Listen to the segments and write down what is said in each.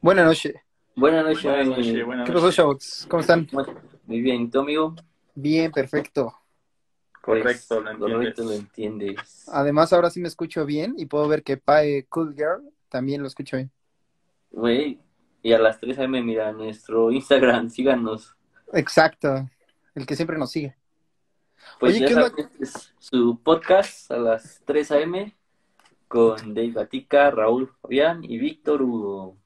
Buenas noches. Buenas noches. Buenas mi- noches, buenas ¿Qué noches. pasó, chavos? ¿Cómo están? Muy bien, ¿y tú, amigo? Bien, perfecto. Correcto, Pues, lo Correcto, lo entiendes. entiendes. Además, ahora sí me escucho bien y puedo ver que Pae Cool Girl también lo escucho bien. Güey, y a las 3 AM, mira, nuestro Instagram, síganos. Exacto. El que siempre nos sigue. Pues Oye, ya ¿qué onda? saben, este es su podcast a las 3 AM con Dave Gatica, Raúl Fabián y Víctor Hugo.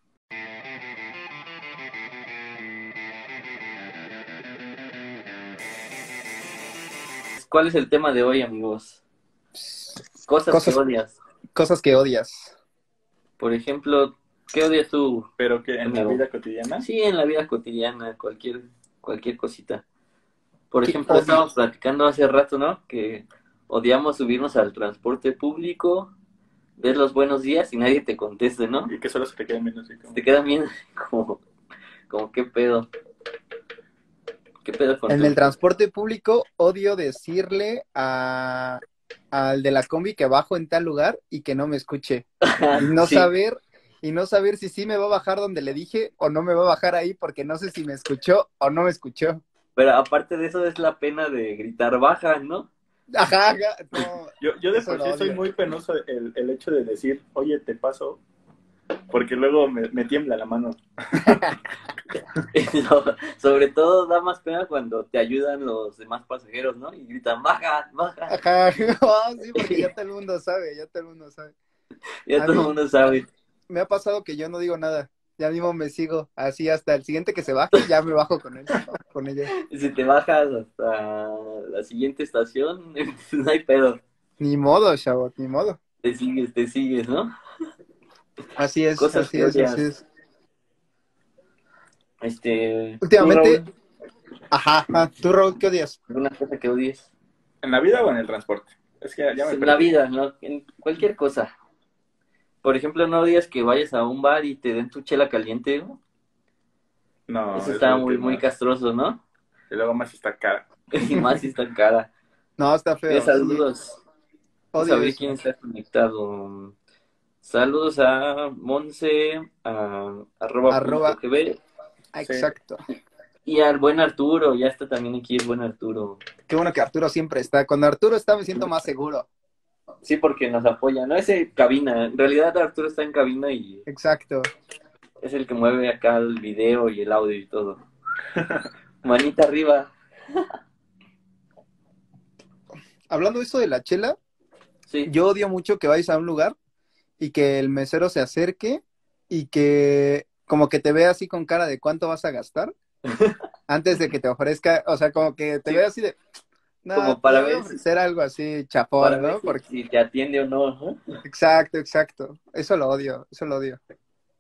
¿Cuál es el tema de hoy, amigos? Cosas, Cosas- que odias. Cosas que odias. Por ejemplo, ¿qué odias tú, Pero que en la Amigo. vida cotidiana. Sí, en la vida cotidiana, cualquier, cualquier cosita. Por ¿Qué ejemplo, odias? estábamos platicando hace rato, ¿no? Que odiamos subirnos al transporte público, ver los buenos días y nadie te conteste, ¿no? Y que solo se te quede menos. así como- Te quedan bien como, como qué pedo. ¿Qué pedo con En tu- el transporte público odio decirle a, al de la combi que bajo en tal lugar y que no me escuche. Y no Sí, saber y no saber si sí me va a bajar donde le dije o no me va a bajar ahí porque no sé si me escuchó o no me escuchó. Pero aparte de eso es la pena de gritar baja, ¿no? Ajá, ajá. No. Yo, yo de Eso por lo sí soy odio. muy penoso el, el hecho de decir, oye, te paso. Porque luego me, me tiembla la mano. No, sobre todo da más pena cuando te ayudan los demás pasajeros, ¿no? Y gritan baja, baja. Ajá, Ah, sí, porque ya todo el mundo sabe, ya todo el mundo sabe. Ya A todo el mí- mundo sabe. Me ha pasado que yo no digo nada, ya mismo me sigo, así hasta el siguiente que se baje, ya me bajo con él, con ella. Si te bajas hasta la siguiente estación, no hay pedo. Ni modo, chavos, ni modo. Te sigues, te sigues, ¿no? Así es, Cosas así que es, odias. así es. Este. ¿tú, Últimamente- Raúl, Ajá, ajá. ¿Tú, Raúl, qué odias? alguna cosa que odies. ¿En la vida o en el transporte? Es que ya, ya me en perdí. la vida, ¿no? En cualquier cosa. Por ejemplo, no odias que vayas a un bar y te den tu chela caliente. ¿no? No, Eso es está lo muy, que muy más. castroso, ¿no? Y luego más está cara. Y más si está cara. No, está feo. Eh, saludos. sí, No odio saber eso. quién está conectado. Saludos a Monse, a arroba, Arroba. punto GB, Ah, Sí. Exacto. y al buen Arturo. Ya está también aquí el buen Arturo. Qué bueno que Arturo siempre está. Cuando Arturo está me siento más seguro. Sí, porque nos apoya, ¿no? Ese cabina. En realidad Arturo está en cabina y Exacto. es el que mueve acá el video y el audio y todo. Manita arriba. Hablando de eso de la chela, Sí. yo odio mucho que vayas a un lugar y que el mesero se acerque y que como que te vea así con cara de cuánto vas a gastar antes de que te ofrezca, o sea, como que te Sí. vea así de... "No, Como para te voy a ver si- ofrecer algo así chapón, Para ¿no? ver Porque- si, si te atiende o no. ¿no? Exacto, exacto. Eso lo odio, eso lo odio.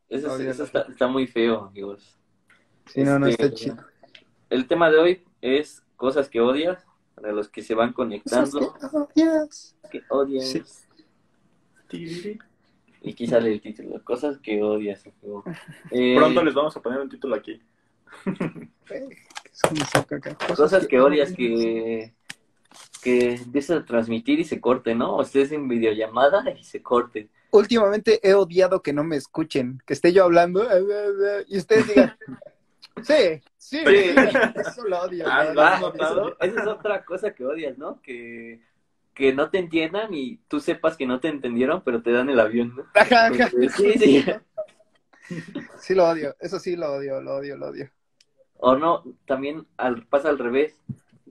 Eso, es- Obvio, eso no. está, está muy feo, amigos. Si no, no Este, está chido. El tema de hoy es cosas que odias para los que se van conectando. Oh, Yes. Que odias. Sí. Y aquí sale el título. Cosas que odias. amigo. Eh, Pronto les vamos a poner un título aquí. Es como saca acá. cosas que odias que que empiezas a transmitir y se corte, ¿no? O estés en videollamada y se corte. Últimamente he odiado que no me escuchen, que esté yo hablando eh, y ustedes digan, sí, sí, Sí. eso lo odio. Ah, lo ¿lo has odio. notado? eso, eso es otra cosa que odias, ¿no? Que, que no te entiendan y tú sepas que no te entendieron, pero te dan el avión, ¿no? Ajá, ajá. Entonces, sí, sí. Sí lo odio, eso sí lo odio, lo odio, lo odio. O no, también al, pasa al revés,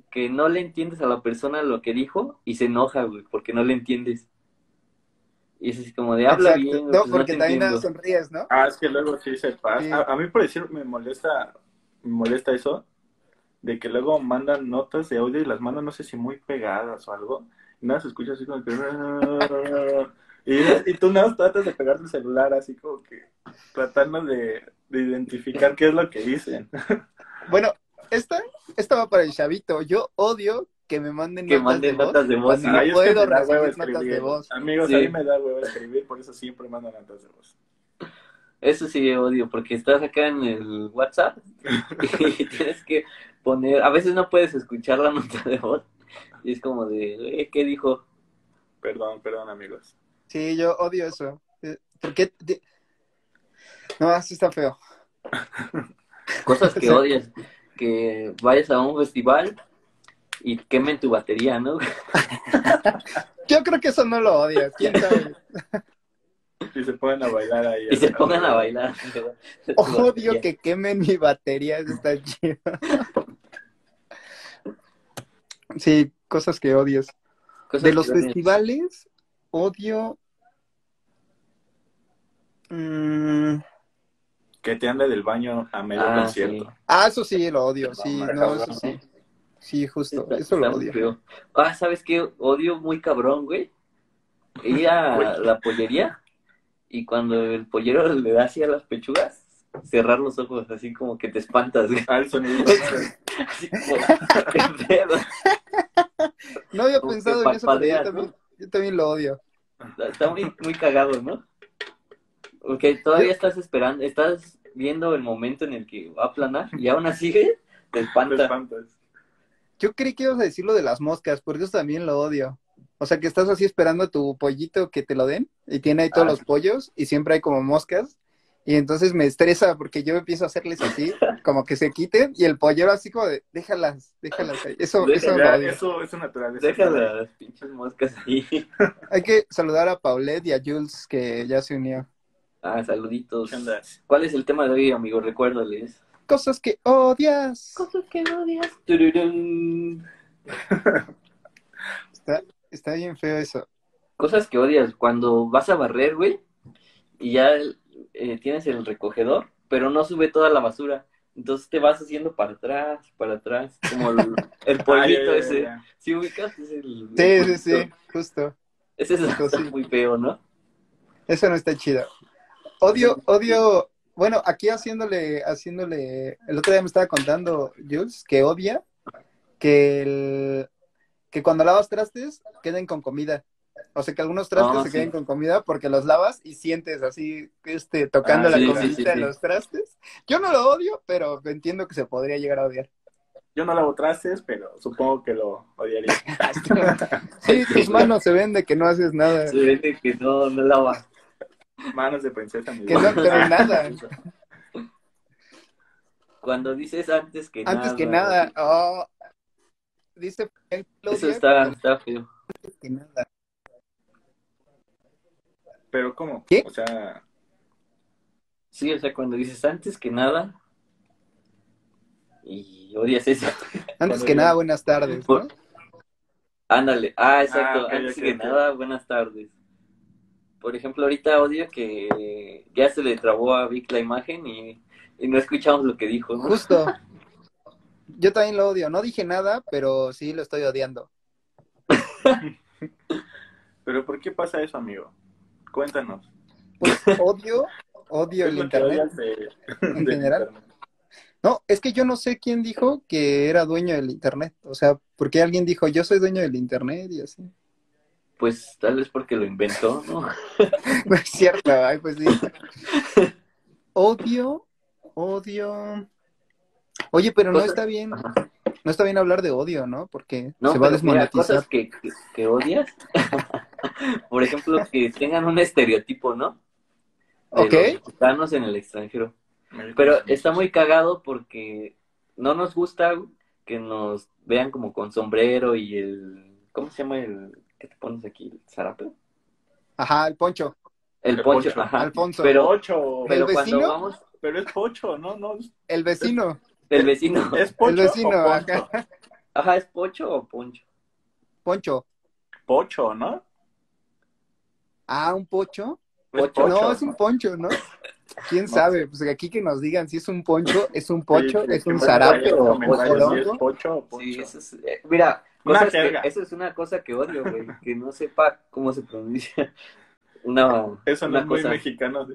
que no le entiendes a la persona lo que dijo y se enoja, güey, porque no le entiendes. Y es así como de habla Exacto. bien, güey, no, pues porque te también entiendo". sonríes, ¿no? Ah, es que luego sí se pasa. Sí. A, a mí por decir me molesta, me molesta eso, de que luego mandan notas de audio y las mandan no sé si muy pegadas o algo, y nada se escucha así como que y, y tú nada más tratas de pegar tu celular así como que tratando de, de identificar qué es lo que dicen. Bueno, esta, esta va para el chavito. Yo odio que me manden Que notas manden de voz. notas de voz. Cuando- No Ay, es puedo me da recibir hueva notas escribir. de voz. Amigos, Sí. a mí me da hueva escribir, por eso siempre mandan notas de voz. Eso sí odio, porque estás acá en el WhatsApp y tienes que poner, a veces no puedes escuchar la nota de voz y es como de, "Eh, ¿qué dijo? Perdón, perdón, amigos. Sí, yo odio eso. Eh, Porque te- No, así está feo. Cosas que Sí. odias. Que vayas a un festival y quemen tu batería, ¿no? Yo creo que eso no lo odias, quién sabe. Y se ponen a bailar ahí. Y se pongan a bailar. Tu Odio batería. que quemen mi batería, eso está chido. Sí, cosas que odias. Cosas De los que odias. festivales, odio. Mm, Que te ande del baño a medio Ah, concierto. Ah, eso sí, lo odio, sí, Mamá, no, eso cabrón. sí. Sí, justo, Está- eso está lo muy odio. feo. Ah, ¿sabes qué? Odio muy cabrón, güey. Ir a Güey. la pollería y cuando el pollero le da así a las pechugas, cerrar los ojos, así como que te espantas, güey. Al sonido. Eh, Así como, "Qué pedo". No había Como que pensado en eso, pero yo parpadeas, también, yo también lo odio. Está muy, muy cagado, ¿no? Porque todavía estás esperando, estás viendo el momento en el que va a planar y aún así güey, te Te espanta. espantas. Yo creí que ibas a decir lo de las moscas, porque eso también lo odio. O sea, que estás así esperando a tu pollito que te lo den y tiene ahí todos Ah. los pollos y siempre hay como moscas. Y entonces me estresa porque yo empiezo a hacerles así, como que se quiten y el pollero así como de, déjalas, déjalas. ahí". Eso, eso lo Ya, odio. eso es natural. eso Deja es natural. las pinches moscas ahí. Hay que saludar a Paulette y a Jules que ya se unió. Ah, saluditos. ¿Qué onda? ¿Cuál es el tema de hoy, amigo? Recuérdales. Cosas que odias. Cosas que odias. Tururún. Está, está bien feo eso. Cosas que odias. Cuando vas a barrer, güey, y ya eh, tienes el recogedor, pero no sube toda la basura. Entonces te vas haciendo para atrás, para atrás, como el, el Ah, ya, polvito ya, ya, ese. ya. Si ubicas, es el. Sí, el sí, sí, polvito. justo. Ese es Justo, sí. muy feo, ¿no? Eso no está chido. Odio, odio. Bueno, aquí haciéndole, haciéndole. El otro día me estaba contando Jules que odia que el, que cuando lavas trastes queden con comida. O sea, que algunos trastes Ah, se sí. queden con comida porque los lavas y sientes así, este, tocando Ah, la sí, sí, comidita sí, sí. en los trastes. Yo no lo odio, pero entiendo que se podría llegar a odiar. Yo no lavo trastes, pero supongo que lo odiaría. Sí, tus manos se ven de que no haces nada. Se ve que no, no lava. Manos de princesa. mi Que no, vida. pero nada. Cuando dices antes que nada. Antes que nada, oh, dice Fidel que lo Eso odia, está, está feo. antes que nada. Pero ¿cómo? ¿Qué? O sea, Sí, o sea, cuando dices antes que nada y odias eso. Antes Cuando que yo- nada, buenas tardes. ¿no? Por- Ándale, ah, exacto. Ah, ok, Antes ok, que ok. nada, buenas tardes. Por ejemplo, ahorita odio que ya se le trabó a Vic la imagen y, y no escuchamos lo que dijo. ¿no? Justo. Yo también lo odio. No dije nada, pero sí lo estoy odiando. ¿pero por qué pasa eso, amigo? Cuéntanos. Pues odio, odio ¿Qué es el lo que internet. odias de- en del general? internet? No, es que yo no sé quién dijo que era dueño del internet. O sea, porque alguien dijo, yo soy dueño del internet y así. Pues tal vez porque lo inventó, ¿no? No es cierto, ay, pues sí. Odio, odio. Oye, pero no Cosas- está bien, Ajá. no está bien hablar de odio, ¿no? Porque No, se va a pero mira, desmonetizar. cosas que, que, que odias. Por ejemplo, que tengan un estereotipo, ¿no? De Ok. los mexicanos en el extranjero. Me- Pero está muy cagado porque no nos gusta que nos vean como con sombrero y el... ¿Cómo se llama el... ¿Qué te pones aquí? ¿El zarape? Ajá, el poncho, El El poncho, poncho. ajá. Alfonso. Pero, Pocho, pero ¿El cuando vecino? vamos, pero es pocho, ¿no? no el vecino. el vecino, ¿Es pocho vecino, o poncho? ajá, ¿es pocho o poncho? Poncho. Pocho, ¿no? Ah, un pocho. ¿Es Pocho. pocho? No, es un poncho, ¿no? ¿Quién No. sabe? Pues aquí que nos digan si es un poncho, es un pocho, Sí, es sí, un sí, zarape varios o o comentarios, si ¿Es jorongo. pocho o poncho? Sí, eso es, eh, mira, Una cosas que- jerga. eso es una cosa que odio, güey, que no sepa cómo se pronuncia una, Eso no una es muy cosa. mexicano.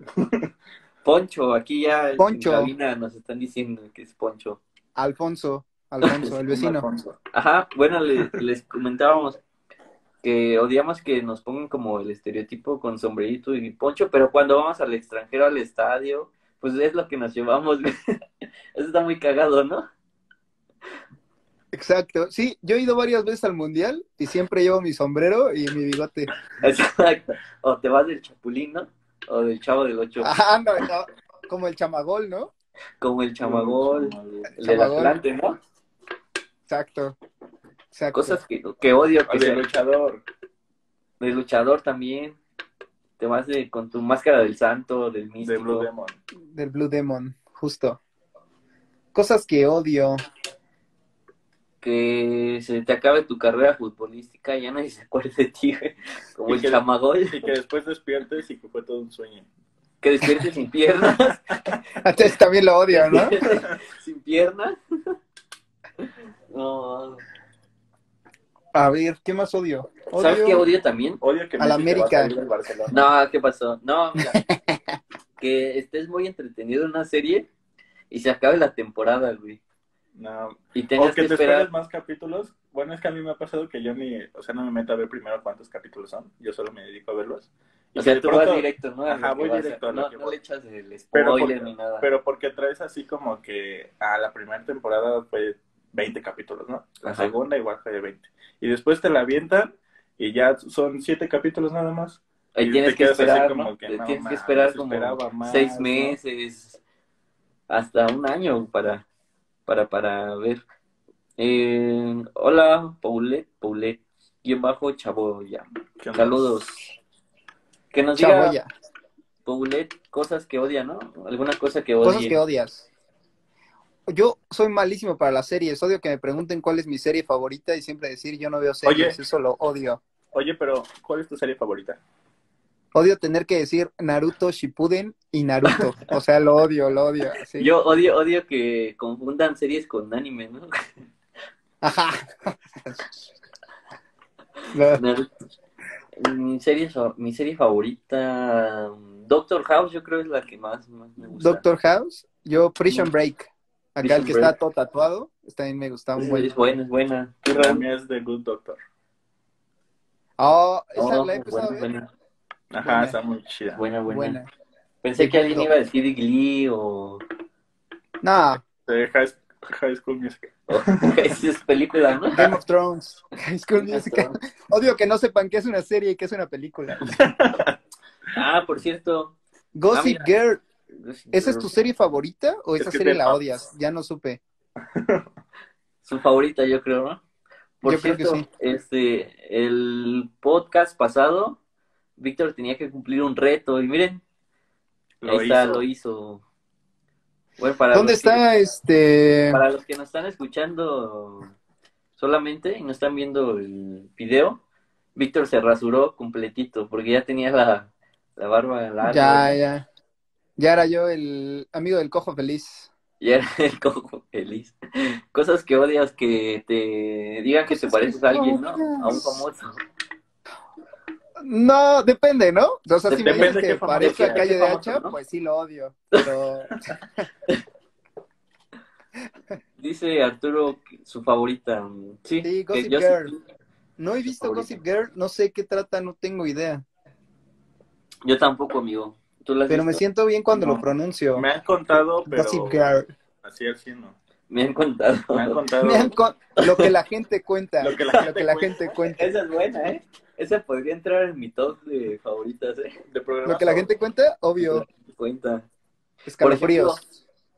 Poncho, aquí ya Poncho. en cabina nos están diciendo que es poncho. Alfonso, Alfonso, el vecino. Alfonso. Ajá, bueno, le- les comentábamos que odiamos que nos pongan como el estereotipo con sombrerito y poncho, pero cuando vamos al extranjero, al estadio, pues es lo que nos llevamos. güey. Eso está muy cagado, ¿no? Exacto. Sí, yo he ido varias veces al mundial y siempre llevo mi sombrero y mi bigote. Ah. Exacto. O te vas del chapulín, ¿no? O del chavo del ocho. Ajá, Ah, no, no. como el chamagol, ¿no? Como el chamagol, el del Chamagol. Atlante, ¿no? Ah, Exacto. Exacto. Cosas que, que odio, que Al del sea luchador. del luchador también. Te vas de- con tu máscara del santo, del De místico. Blue Demon. Del Blue Demon, justo. Cosas que odio. que se te acabe tu carrera futbolística y ya nadie se acuerde de ti, güey. Como Y el que- chamagol, Y que después despiertes y que fue todo un sueño. que despiertes sin piernas, Entonces también lo odio, ¿no? sin piernas. No. A ver, ¿qué más odio? Odio. ¿Sabes qué odio también? Odio que A la Messi se va a América. salir del Barcelona. No, ¿qué pasó? No, mira, que estés muy entretenido en una serie y se acabe la temporada, güey. No. Y O tengas que que te esperes esperar. más capítulos. Bueno, es que a mí me ha pasado que yo ni, o sea, no me meto a ver primero cuántos capítulos son. Yo solo me dedico a verlos. Y O que sea, de tú pronto- vas directo, ¿no? A lo Ajá, que voy vas a- directo a lo no, que no voy. le echas el Pero spoiler porque- ni nada. Pero porque traes así como que a la primera temporada fue 20 capítulos, ¿no? La Ajá. segunda igual fue de 20. Y después te la avientan y ya son 7 capítulos nada más. Ahí Y tienes te que quedas así esperar, como ¿no? que, Te no tienes que mames, esperar como esperaba más, seis ¿no? meses, hasta un año para, para, para ver. Eh, hola, Paulet, Paulet, guión bajo, chavo, ya. ¿Qué onda? Saludos. Que nos diga Chamoya. Paulet cosas que odia, ¿no? Alguna cosa que odie. Cosas que odias. Yo soy malísimo para las series. Odio que me pregunten cuál es mi serie favorita y siempre decir yo no veo series. Oye. Eso lo odio. Oye, pero ¿cuál es tu serie favorita? Odio tener que decir Naruto, Shippuden y Naruto. O sea, lo odio, lo odio. sí. Yo odio, odio que confundan series con anime, ¿no? Ajá. No, Naruto. Mi serie, fa- mi serie favorita, Doctor House, yo creo es la que más, más me gusta. Doctor House, yo Prison No. Break. Acá Prison el que Break. está todo tatuado, está bien, me gusta un Es, buen. es buena, es buena. ¿Tú, La Raúl? mía es The Good Doctor. Oh, esa No, la he empezado a ver. buena, Ajá, Buena. está muy chida. buena, buena, Buena. Pensé que alguien iba a decir Glee o, No, De High, High School Musical. o esas películas, ¿no? Game of Thrones. High School Ah, Musical. Odio que no sepan que es una serie y que es una película. Ah, por cierto. Gossip Ah, mira. Girl, ¿esa es tu serie favorita o Es esa que serie te- la odias? Ya no supe. Su favorita, yo creo, ¿no? Por Yo creo que cierto, este, el podcast pasado, Víctor tenía que cumplir un reto y miren, Lo ahí está, hizo. lo hizo. Bueno, para ¿Dónde los que- está este? Para los que nos están escuchando solamente y no están viendo el video, Víctor se rasuró completito porque ya tenía la, la barba larga. Ya, ya. Ya era yo el amigo del cojo feliz. Ya era el cojo feliz. Cosas que odias que te digan que te Cosas que pareces a alguien, ¿no? odias. A un famoso. No, depende, ¿no? O sea, si me Depende dices de qué que famoso parezco sea, a Calle qué de famoso, Hacha, ¿no? pues sí lo odio. Pero Dice Arturo que su favorita. Sí, Sí, que Gossip yo sí- Girl. no Este he visto favorito. Gossip Girl, no sé qué trata, no tengo idea. yo tampoco, amigo. ¿Tú la has Pero me visto? siento bien cuando No. lo pronuncio. Me han contado, pero Gossip Girl. así al sí no. Me han contado. Me han contado. Me han con- Lo que la gente cuenta. Lo que la gente cuenta. gente cuenta. Esa es buena, ¿eh? Esa podría entrar en mi top de favoritas, ¿eh? de programas Lo que la gente cuenta, obvio, Cuenta. escalofríos. Por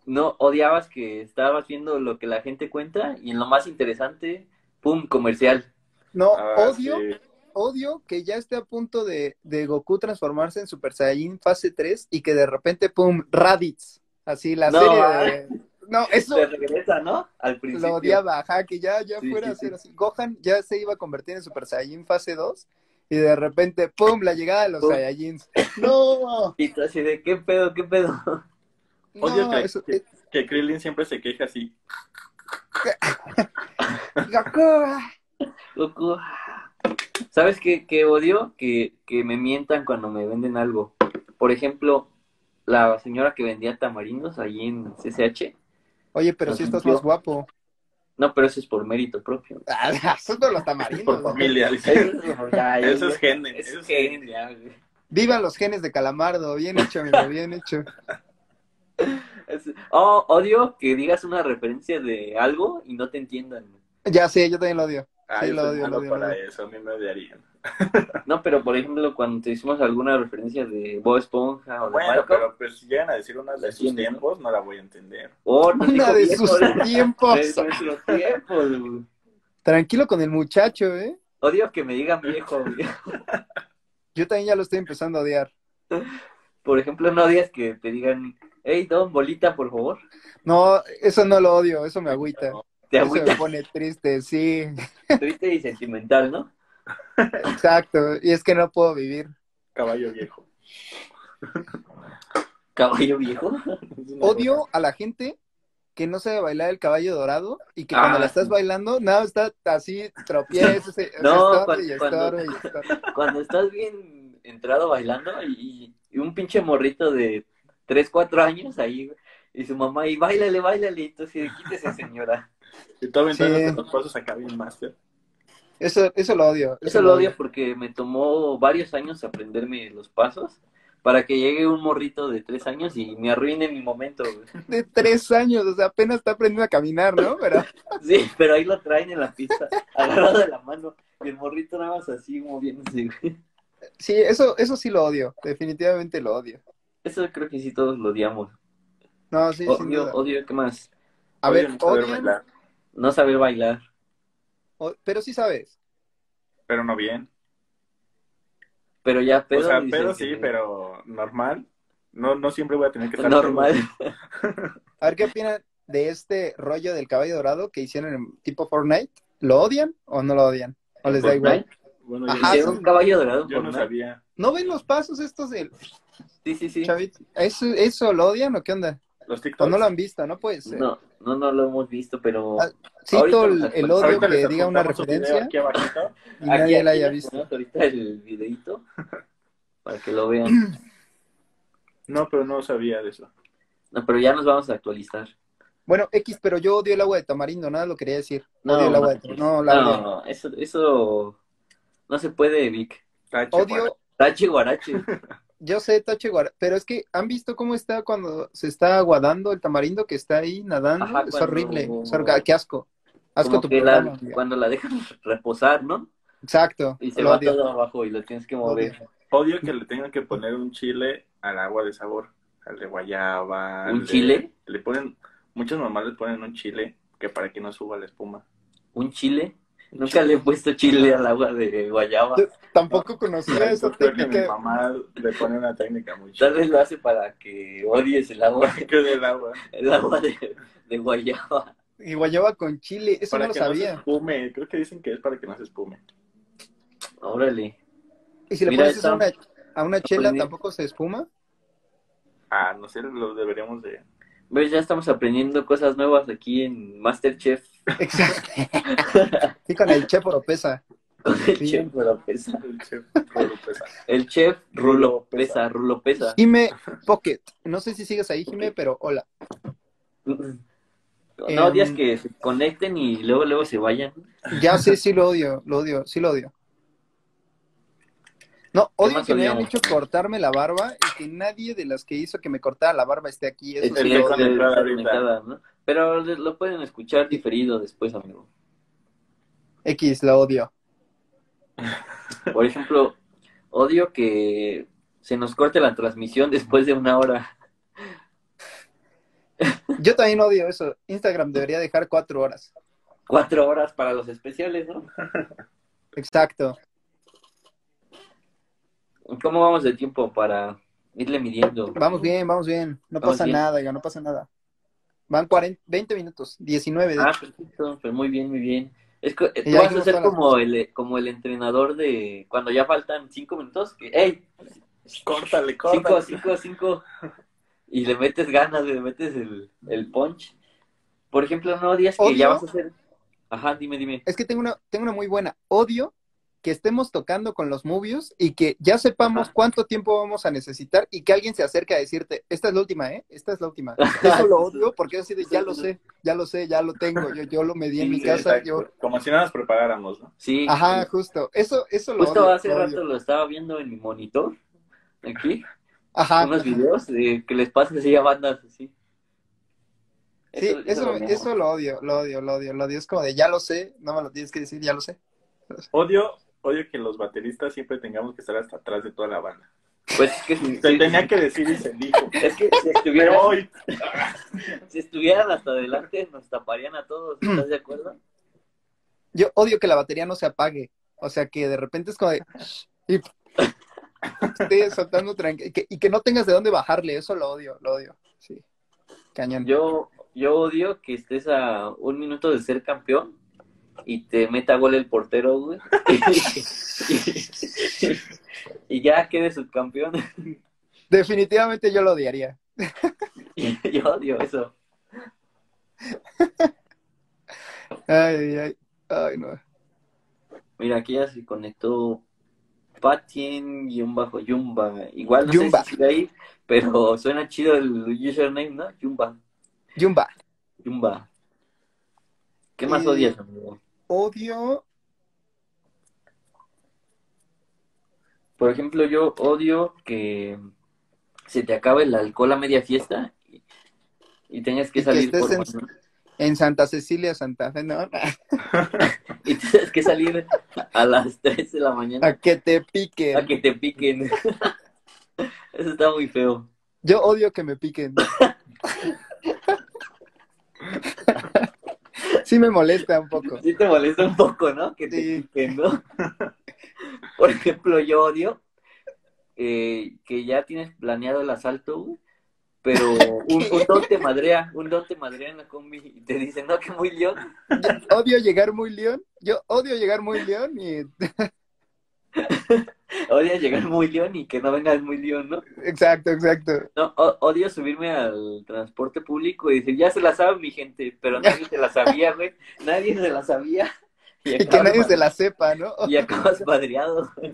no odiabas que estabas viendo lo que la gente cuenta y en lo más interesante, ¡pum! comercial. No, Ah, odio, sí. odio que ya esté a punto de, de Goku transformarse en Super Saiyan fase 3 y que de repente, pum, Raditz. Así la No. serie de... No, eso Se regresa, ¿no? Al principio. lo odiaba, ajá, que ya, ya Sí, fuera sí, a ser sí. así. Gohan ya se iba a convertir en Super Saiyan fase 2 y de repente, pum, la llegada de los Pum. Saiyajins. No, Y tú así de, ¿qué pedo, qué pedo? Odio no, que, eso- que, que Krillin siempre se queja así. Goku, ah. Goku. ah. ¿Sabes qué, qué odio? Que, que me mientan cuando me venden algo. Por ejemplo, la señora que vendía tamarindos allí en CCH. Oye, pero si estás más guapo. No, pero eso es por mérito propio. Ah, son por los Es tamarindos. por ¿no? familia, dice. Eso es, ya, ya, Eso es ya. gene. Eso Eso es es gene, ya, güey. Vivan los genes de Calamardo, bien hecho, amigo, bien hecho. Es- Oh, odio que digas una referencia de algo y no te entiendan. Ya sé, yo también lo odio. Ah, Sí, yo lo soy odio, lo malo odio, lo para odio. eso, a mí me odiarían. No, pero por ejemplo, cuando te hicimos alguna referencia de Bob Esponja o de Bueno, Malcolm, pero pues si llegan a decir una de sus Entiendo, ¿no? tiempos, no la voy a entender. o nos Una de dijo oh, viejo, sus ¿verdad? tiempos. De nuestros tiempos, güey. Tranquilo con el muchacho, ¿eh? Odio que me digan viejo, güey. Yo también ya lo estoy empezando a odiar. Por ejemplo, no odias que te digan, hey, don, bolita, por favor. No, eso no lo odio, eso me agüita. Te Eso me agüitas, pone triste, sí, triste y sentimental, ¿no? exacto. Y es que no puedo vivir. Caballo viejo. Caballo viejo. Es una Odio a la gente que no sabe bailar el caballo dorado y que Ah, cuando la estás sí. bailando, nada, está así, tropieza, se- se No, estorba cuando- y estorba y estorba. Cuando estás bien entrado bailando y, y un pinche morrito de 3, 4 años ahí, güey, y su mamá, y bailale, bailale, y tú así de, quítese, señora. Y tú aventándote Sí. los pasos acá bien master. Eso, eso lo odio. Eso lo odio porque me tomó varios años aprenderme los pasos para que llegue un morrito de 3 años y me arruine mi momento, güey. De tres años, o sea, apenas está aprendiendo a caminar, ¿no? Pero Sí, pero ahí lo traen en la pista, agarrado de la mano, y el morrito nada más así moviéndose. güey. sí, eso, eso sí lo odio, definitivamente lo odio. Eso creo que sí todos lo odiamos. No, sí, sin Odio, duda. odio, ¿qué más? A ver, no saber odien- bailar, No saber bailar. o- pero sí sabes. pero no bien. Pero ya pedo. o sea, dice pero que- sí, pero normal. No, no siempre voy a tener que estar Normal. pedo. A ver qué opinan de este rollo del caballo dorado que hicieron en tipo Fortnite. ¿Lo odian o no lo odian? ¿O les Pues da igual? Bueno, yo, Ajá, Hicieron Ah, sí. un caballo dorado. yo por no nada. sabía. ¿No ven los pasos estos del Sí, sí, sí. chavito? ¿Eso, ¿Eso lo odian o qué onda? Los ¿O TikToks. no lo han visto? No puede ser. No, no, no lo hemos visto, pero. Ah, Cito Ahorita el, los el odio actualizamos. Ahorita les que diga una adjuntamos un video referencia Aquí abajito. y nadie la haya les visto. ponemos Ahorita el videito para que lo vean. No, pero no sabía de eso. No, pero ya nos vamos a actualizar. Bueno, X, pero yo odio el agua de tamarindo, nada lo quería decir. No, odio el agua de no, tamarindo. No, la no, odio. no, eso, eso no se puede, Vic. Cacho, para- Odio, Tache guarache. yo sé, Tache Guara, pero es que han visto cómo está cuando se está aguadando el tamarindo que está ahí nadando. Ajá, es cuando- horrible. es horrible. Qué asco. Asco Como tu que la- programa. amiga. cuando la dejan reposar, ¿no? Exacto. Y se lo va odio. todo abajo y lo tienes que lo odio. mover. Odio que le tengan que poner un chile al agua de sabor, al de guayaba. ¿Un al de- chile? Le ponen, muchos mamás le ponen un chile que para que no suba la espuma. ¿Un chile? Nunca le he puesto chile al agua de guayaba. Yo tampoco conocía Ay, esa pues, yo creo que mi técnica. mamá le pone una técnica muy Tal chida. vez lo hace para que odies el agua, Que del agua. el agua de, de guayaba. Y guayaba con chile, eso para no lo que no se sabía. espume. Creo que dicen que es para que no se espume. Órale. Y si le Mira, pones eso a esta- una, a una chela, aprendí. ¿tampoco se espuma? Ah, no sé, lo deberíamos de... ¿Ves? Ya estamos aprendiendo cosas nuevas aquí en Masterchef. Exacto. Sí, con el che por opesa. Con el Sí. chef Rulo Pesa. El chef Rulo Pesa. El chef Rulo Rulo Pesa, Pesa. Rulo Pesa. Jime Pocket. No sé si sigues ahí, Jime, pero hola. No Em, odias que se conecten y luego luego se vayan. Ya sé, sí lo odio, lo odio, sí lo odio. No, odio más que me hayan odiamos? hecho cortarme la barba y que nadie de las que hizo que me cortara la barba esté aquí. Eso Es sí El que- lo que odio. que- conectada ahorita. conectada, ¿no? Pero le- lo pueden escuchar diferido después, amigo. X, lo odio. Por ejemplo, odio que se nos corte la transmisión después de una hora. Yo también odio eso. Instagram debería dejar cuatro horas. Cuatro horas para los especiales, ¿no? Exacto. ¿Cómo vamos de tiempo para irle midiendo? Vamos bien, vamos bien. No Vamos pasa bien. nada, ya no pasa nada. Van 40, 20 minutos, 19. de Ah, hecho. perfecto, pues muy bien, muy bien. Es que, eh, Y tú ahí vas a nos ser todas las como el, eh, como el entrenador de cuando ya faltan cinco minutos, que, hey, Córtale, cinco, córtale. cinco, cinco, y le metes ganas, le metes el, el punch. Por ejemplo, no odias que Odio. ya vas a hacer... Ajá, dime, dime. Es que tengo una, tengo una muy buena. Odio que estemos tocando con los movies y que ya sepamos Ajá. cuánto tiempo vamos a necesitar y que alguien se acerque a decirte, esta es la última, ¿eh? Esta es la última. Eso lo odio porque así de, ya lo sé, ya lo sé, ya lo tengo. Yo, yo lo medí en Sí, mi sí, casa. Exacto. Yo... Como si no nos preparáramos, ¿no? Sí, Ajá, justo. Eso, eso lo Justo odio. hace lo odio. rato lo estaba viendo en mi monitor, aquí, Ajá. Ah. unos videos eh, que les pasa así a bandas así. Sí, eso, eso, lo eso lo odio, lo odio, lo odio, lo odio. Es como de ya lo sé, no me lo tienes que decir, ya lo sé. Odio, odio que los bateristas siempre tengamos que estar hasta atrás de toda la banda. Pues es que si, Se si- tenía que decir y se dijo. es que si Me estuvieran, voy. si estuvieran hasta adelante nos taparían a todos, ¿estás de acuerdo? Yo odio que la batería no se apague. O sea, que de repente es como de. Y, esté soltando tranqui- que- y que no tengas de dónde bajarle, eso lo odio, lo odio. Sí. Cañón. Yo, yo odio que estés a un minuto de ser campeón y te meta gol el portero, güey. y, y ya quedes subcampeón. Definitivamente yo lo odiaría. yo odio eso. Ay, ay, ay. Ay, no. Mira, aquí ya se conectó Patien y un bajo Yumba. Igual no Yumba. sé si sigue ahí, pero suena chido el username, ¿no? Yumba. Jumba. Yumba. ¿Qué más Eh, odias, amigo? Odio. Por ejemplo, yo odio que se te acabe el alcohol a media fiesta y, y tengas que Y que salir estés por en- mañana- En Santa Cecilia, Santa Fe, ¿no? y tengas que salir a las 3 de la mañana A que te a piquen. que te piquen. Eso está muy feo. Yo odio que me piquen. Sí me molesta un poco. Sí te molesta un poco, ¿no? Que te Sí. piquen, ¿no? Por ejemplo, yo odio eh, que ya tienes planeado el asalto, güey, pero un, un don te madrea, un don te madrea en la combi y te dice, no, que muy león. Yo odio llegar muy león. Yo odio llegar muy león y Odio llegar muy león y que no vengas muy león, ¿no? exacto, exacto. No, o- odio subirme al transporte público y decir, ya se la sabe mi gente, pero nadie se la sabía, güey. Nadie se la sabía. Y que nadie se la sepa, ¿no? Y acabas madreado. güey.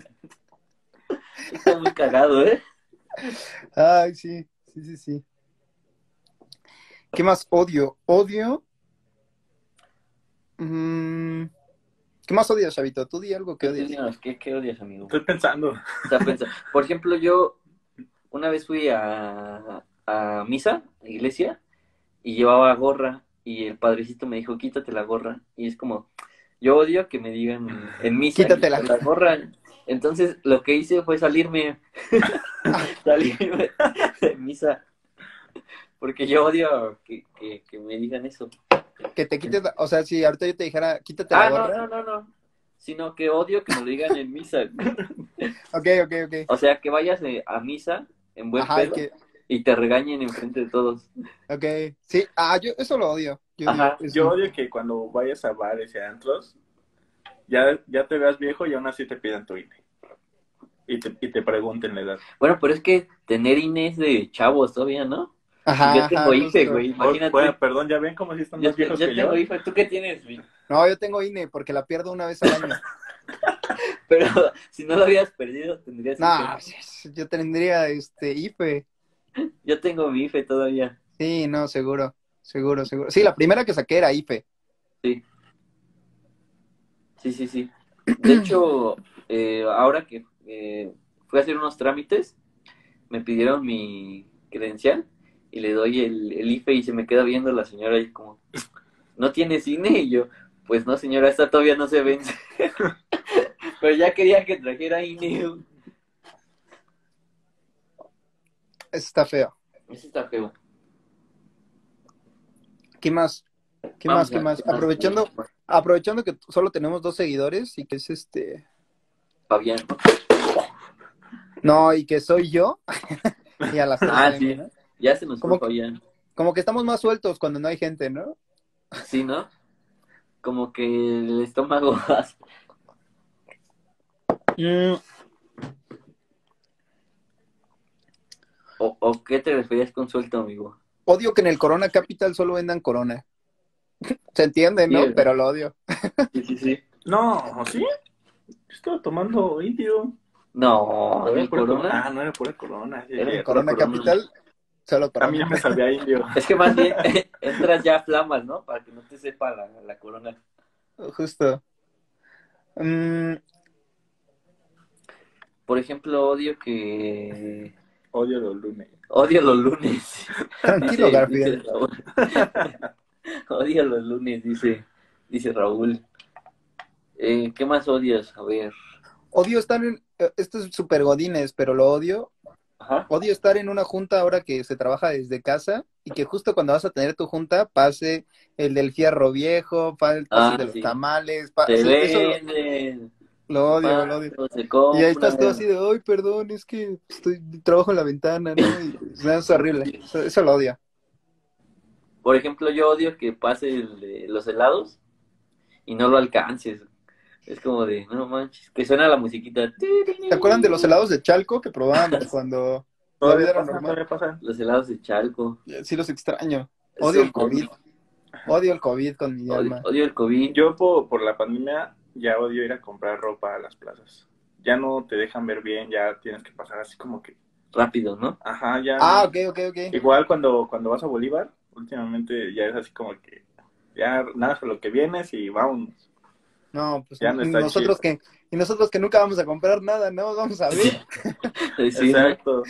Está muy cagado, ¿eh? Ay, sí, sí, sí, sí. ¿Qué más odio? Odio. Mm, ¿Qué más odias, Chavito? Tú di algo que odias. Dinos, ¿Qué, qué odias, amigo? Estoy pensando. O sea, pensa- Por ejemplo, yo una vez fui a, a misa, a iglesia, y llevaba gorra, y el padrecito me dijo, quítate la gorra. Y es como, yo odio que me digan en misa, Quítatela. "Quítate la gorra. Entonces, lo que hice fue salirme, salirme de misa, porque yo odio que, que- que me digan eso. Que te quites, la- o sea, si ahorita yo te dijera, quítate la Ah, no, gorra. no, no, no. Sino que odio que me lo digan en misa. Ok, ok, ok. O sea, que vayas eh, a misa en buen Ajá, pedo. que, y te regañen enfrente de todos. ok. Sí, ah, yo eso lo odio. Yo, Ajá, eso. Yo odio que cuando vayas a bares y a antros, ya, ya te veas viejo y aún así te pidan tu INE. Y te, y te pregunten la edad. Bueno, pero es que tener Inés de chavos todavía, ¿no? Ajá, yo tengo ajá, IFE, justo. güey, imagínate. Oh, bueno, perdón, ya ven cómo si están yo más viejos yo que yo. tengo IFE, ¿tú qué tienes, güey? No, yo tengo INE porque la pierdo una vez al año. Pero si no lo habías perdido, tendrías no, IFE. yo tendría este IFE. Yo tengo mi IFE todavía. Sí, no, seguro, seguro, seguro. Sí, la primera que saqué era IFE. Sí, sí, sí. De hecho, eh, ahora que eh, fui a hacer unos trámites, me pidieron mi credencial y le doy el, el IFE y se me queda viendo la señora y como, ¿no tiene cine? Y yo, pues no señora, esta todavía no se vence. Pero ya quería que trajera E INE. Eso está feo. Eso está feo. ¿Qué más? ¿Qué Vamos más? ¿Qué a- más? Aprovechando, aprovechando que solo tenemos dos seguidores y que es este. Fabián. No, y que soy yo. y a las tres Ah, AM, sí. ¿no? Ya se nos fue ¿Cómo que- Fabián. Como que estamos más sueltos cuando no hay gente, ¿no? Sí, ¿no? Como que el estómago hace- ¿O, o qué te referías con suelto, amigo? Odio que en el Corona Capital solo vendan Corona. Se entiende, ¿no? Bien. Pero lo odio. Sí, sí, sí. No, ¿sí? Estoy tomando indio. No, No el era pura corona. Ah, no era pura corona. sí, Era sí. el cor- Corona Corona. Capital, solo A mí ya Corona. me sabía indio. Es que más bien entras ya a flamas, ¿no? Para que no te sepa la, la corona. Justo. Mm, Por ejemplo, odio que Odio los lunes. Odio los lunes. Tranquilo, Dice- Garfield. dice Raúl. Odio los lunes, dice, dice Raúl. Eh, ¿Qué más odias? A ver. Odio estar en. eh, Esto es súper godines, pero lo odio. Ajá. Odio estar en una junta ahora que se trabaja desde casa y que justo cuando vas a tener tu junta pase el del fierro viejo, pa- pase Ah, el de los sí. tamales. pa- Te Ah, Ah, sí, eso lo- venden, lo odio, lo pasos, odio. se Y ahí estás todo compran. así de, ay, perdón, es que estoy trabajo en la ventana, ¿no? Y, no, es horrible. Eso, eso lo odio. Por ejemplo, yo odio que pase el de los helados y no lo alcances. Es como de, no manches, que suena la musiquita. ¿Te acuerdan de los helados de Chalco que probábamos cuando la vida Todavía era pasa, normal? todavía pasa. Los helados de Chalco. Sí los extraño. Odio el COVID. Odio el COVID con mi Odio, alma. odio el COVID. Yo por, por la pandemia ya odio ir a comprar ropa a las plazas. Ya no te dejan ver bien, ya tienes que pasar así como que... Rápido, ¿no? Ajá, ya... Ah, ok, ok, ok. Igual cuando, cuando vas a Bolívar, últimamente ya es así como que... Ya nada, con lo que vienes y vámonos. No, pues Ya no está nosotros que y nosotros que nunca vamos a comprar nada, ¿no? Vamos a ver. Sí, ¿no? Exacto.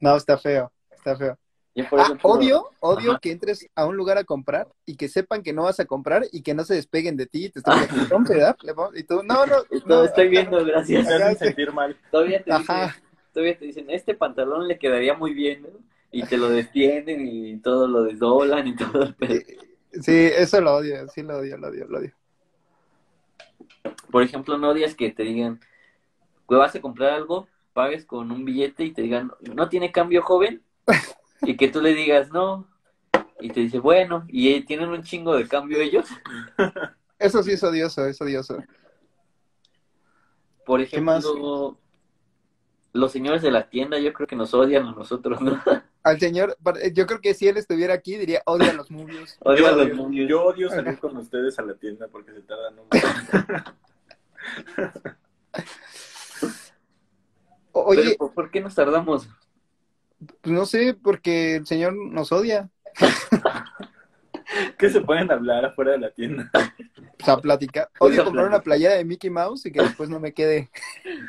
No, está feo, está feo. Yo por Ah, ejemplo- odio, odio Ajá. que entres a un lugar a comprar y que sepan que no vas a comprar y que no se despeguen de ti y te están diciendo, "Vamos a dar", le vamos- y tú, no, no, Esto- no, ahorita estoy viendo, Me gracias. hacen sentir mal. Todavía te, no". dicen, Ajá, todavía te dicen, este pantalón le quedaría muy bien, ¿no? Y te lo destienden y todo lo desdoblan y todo. Pero, sí, eso lo odio, sí lo odio, lo odio, lo odio. por ejemplo, no odias que te digan, que vas a comprar algo, pagues con un billete y te digan, no tiene cambio, joven. Y que tú le digas, no. Y te dice, bueno, y eh, tienen un chingo de cambio ellos. Eso sí es odioso, es odioso. Por más? ejemplo, los señores de la tienda, yo creo que nos odian a nosotros, ¿no? Al señor, eh, yo creo que si él estuviera aquí diría, odio a los movies. Odio a los Yo, niños. yo odio salir con ustedes a la tienda porque se tardan un montón. O- Oye, Pero, ¿por- ¿por qué nos tardamos? pues no sé, porque el señor nos odia. ¿Qué se pueden hablar afuera de la tienda? O sea, platicar. Pues Odio a comprar una platicar. playera de Mickey Mouse y que después no me quede.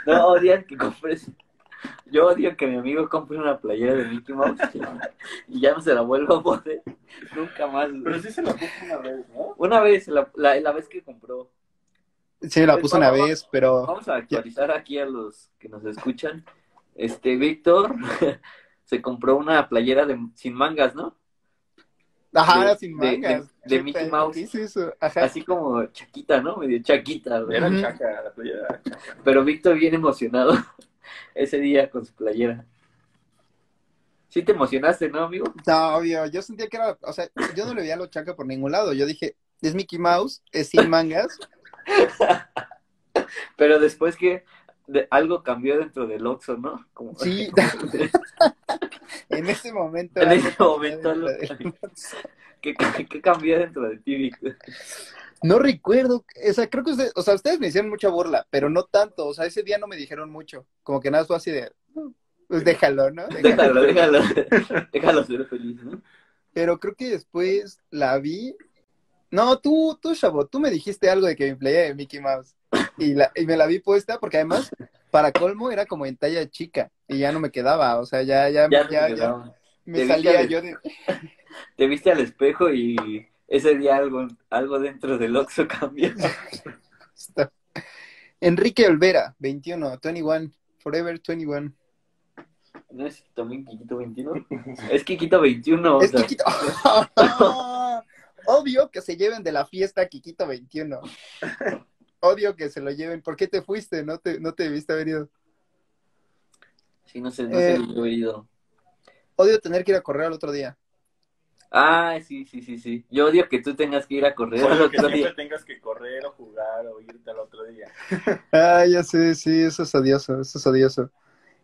No odias que compres. Yo odio que mi amigo compre una playera de Mickey Mouse y ya no se la vuelvo a poner nunca más. güey. Pero sí se lo puse una vez, ¿no? Una vez, la, la, la vez que compró. Sí, la puse una vez, Oh, pero Vamos a actualizar aquí a los que nos escuchan. Este, Víctor se compró una playera de, sin mangas, ¿no? Ajá, De- era sin de- mangas. de- de Mickey Mouse. ¿Qué es eso? Ajá. Así como chaquita, ¿no? Medio chaquita, güey. Era Ujú. chaca, la playa era chaca. Pero Víctor bien emocionado ese día con su playera. Sí te emocionaste, ¿no, amigo? No, obvio, yo sentía que era, o sea, yo no le veía lo chaca por ningún lado. Yo dije, es Mickey Mouse, es sin mangas. Pero después que de- algo cambió dentro del Oxxo, ¿no? Como, Sí. En ese momento. en era ese lo que momento me algo había dicho. cambió. ¿Qué, qué cambió dentro de ti, Víctor? No recuerdo, o sea, creo que ustedes, o sea, ustedes me hicieron mucha burla, pero no tanto, o sea, ese día no me dijeron mucho, como que nada, fue así de, pues déjalo, ¿no? Déjalo. Déjalo, déjalo. Déjalo ser feliz, ¿no? Pero creo que después la vi. No, tú, tú, Chavo, tú me dijiste algo de que mi playera de Mickey Mouse. Y, la, y me la vi puesta porque además, para colmo, era como en talla chica y ya no me quedaba. O sea, ya, ya, ya, Ya, no ya te quedaba. me Te salía viste yo de... Te viste al espejo y ese día algo, algo dentro del Oxxo cambió. Está. Enrique Olvera, 21, 21, Forever 21. ¿No es también Kikito 21? Es Kikito 21. o es sea, Kikito. Obvio que se lleven de la fiesta a Kikito 21. Obvio que se lo lleven. ¿Por qué te fuiste? No te, no te debiste haber ido. Sí, no sé, no sé Eh. lo he oído. Odio tener que ir a correr al otro día. Ah, sí, sí, sí, sí. Yo odio que tú tengas que ir a correr Por al lo que otro siempre día. tengas que correr o jugar o irte al otro día. Ah, ya sé, sí, eso es odioso, eso es odioso.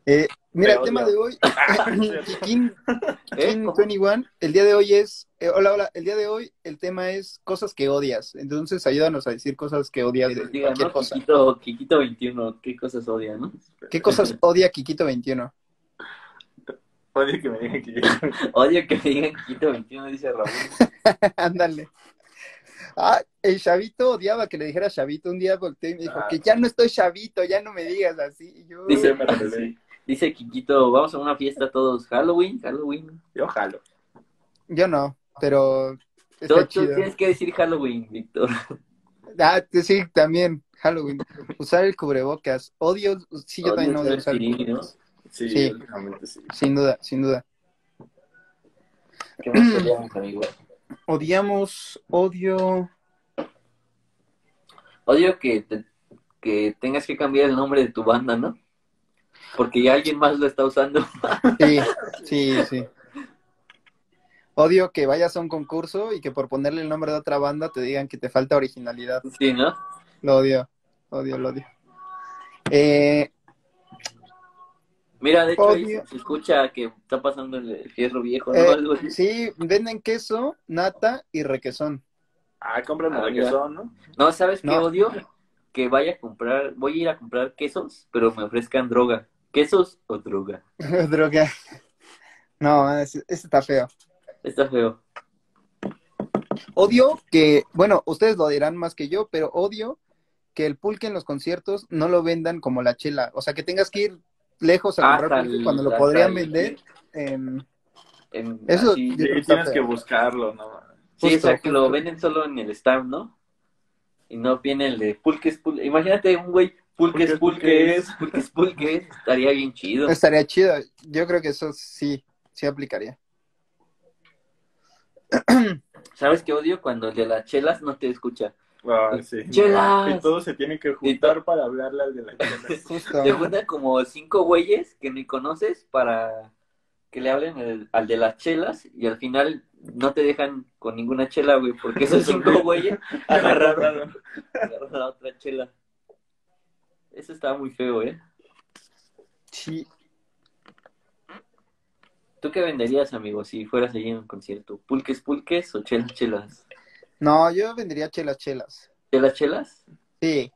Eh, mira, Te el tema odio. de hoy, Kikin, ¿Eh? Kikin ¿Cómo? 21, el día de hoy es, eh, hola, hola, el día de hoy el tema es cosas que odias, entonces ayúdanos a decir cosas que odias de Diga, cualquier ¿no? cosa. Kikito, Kikito 21, ¿qué cosas odia, no? ¿Qué cosas odia Kikito 21? Odio que me digan que yo... Odio que me digan Kikito 21, dice Raúl. Ándale. Ah, el Chavito odiaba que le dijera Chavito, un día volteé y me dijo Ah. que ya no estoy Chavito, ya no me digas así, y yo, Dice, me rebelé. Dice Kikito, vamos a una fiesta todos. Halloween, Halloween. Yo jalo. Yo no, pero Tú, está tú chido. tienes que decir Halloween, Víctor. Ah, t- sí, también, Halloween. Usar el cubrebocas. Odio, sí, yo también odio Odio usar ser el sí, ¿no? cubrebocas. Sí, Sí. últimamente sí. Sin duda, sin duda. ¿Qué más odiamos, amigo? Odiamos, odio. Odio que, te- que tengas que cambiar el nombre de tu banda, ¿no? Porque ya alguien más lo está usando. Sí, sí, sí. Odio que vayas a un concurso y que por ponerle el nombre de otra banda te digan que te falta originalidad. Sí, ¿no? Lo odio, odio, lo odio. Eh, Mira, de hecho, ahí Odio. se escucha que está pasando el- el fierro viejo, ¿no? eh, Algo así. sí, venden queso, nata y requesón. Ah, cómprame Ah, requesón, ¿no? No, ¿sabes qué No. odio? Que vaya a comprar, voy a ir a comprar quesos, pero me ofrezcan droga. ¿Quesos o droga? Droga. No, ese, ese está feo. Está feo. Odio que, bueno, ustedes lo dirán más que yo, pero odio que el pulque en los conciertos no lo vendan como la chela. O sea, que tengas que ir lejos a Hasta comprar pulque el- cuando lo hasta podrían el- vender em, en... en- Eso- así. Yo Sí, creo que está feo. tienes que buscarlo, ¿no? Sí, o sea, Justo, que lo justo. venden solo en el stand, ¿no? Y no viene el de pulques, pulques. Imagínate un güey, pulques, pulques, Pulques, pulques, pulques. Estaría bien chido. Estaría chido. Yo creo que eso sí, sí aplicaría. ¿Sabes qué odio? Cuando el de las chelas no te escucha. Ah, sí. ¡Chelas! Y todos se tienen que juntar para hablarle al de la chela. Justo. Te juntan como cinco güeyes que ni conoces para que le hablen el- al de las chelas y al final no te dejan con ninguna chela, güey, porque esos cinco güeyes agarraron, agarraron la otra chela. Eso estaba muy feo, ¿eh? Sí. ¿Tú qué venderías, amigo, si fueras allí en un concierto? ¿Pulques, pulques o chelas, chelas? No, yo vendería chelas, chelas. ¿Chelas, chelas? Sí.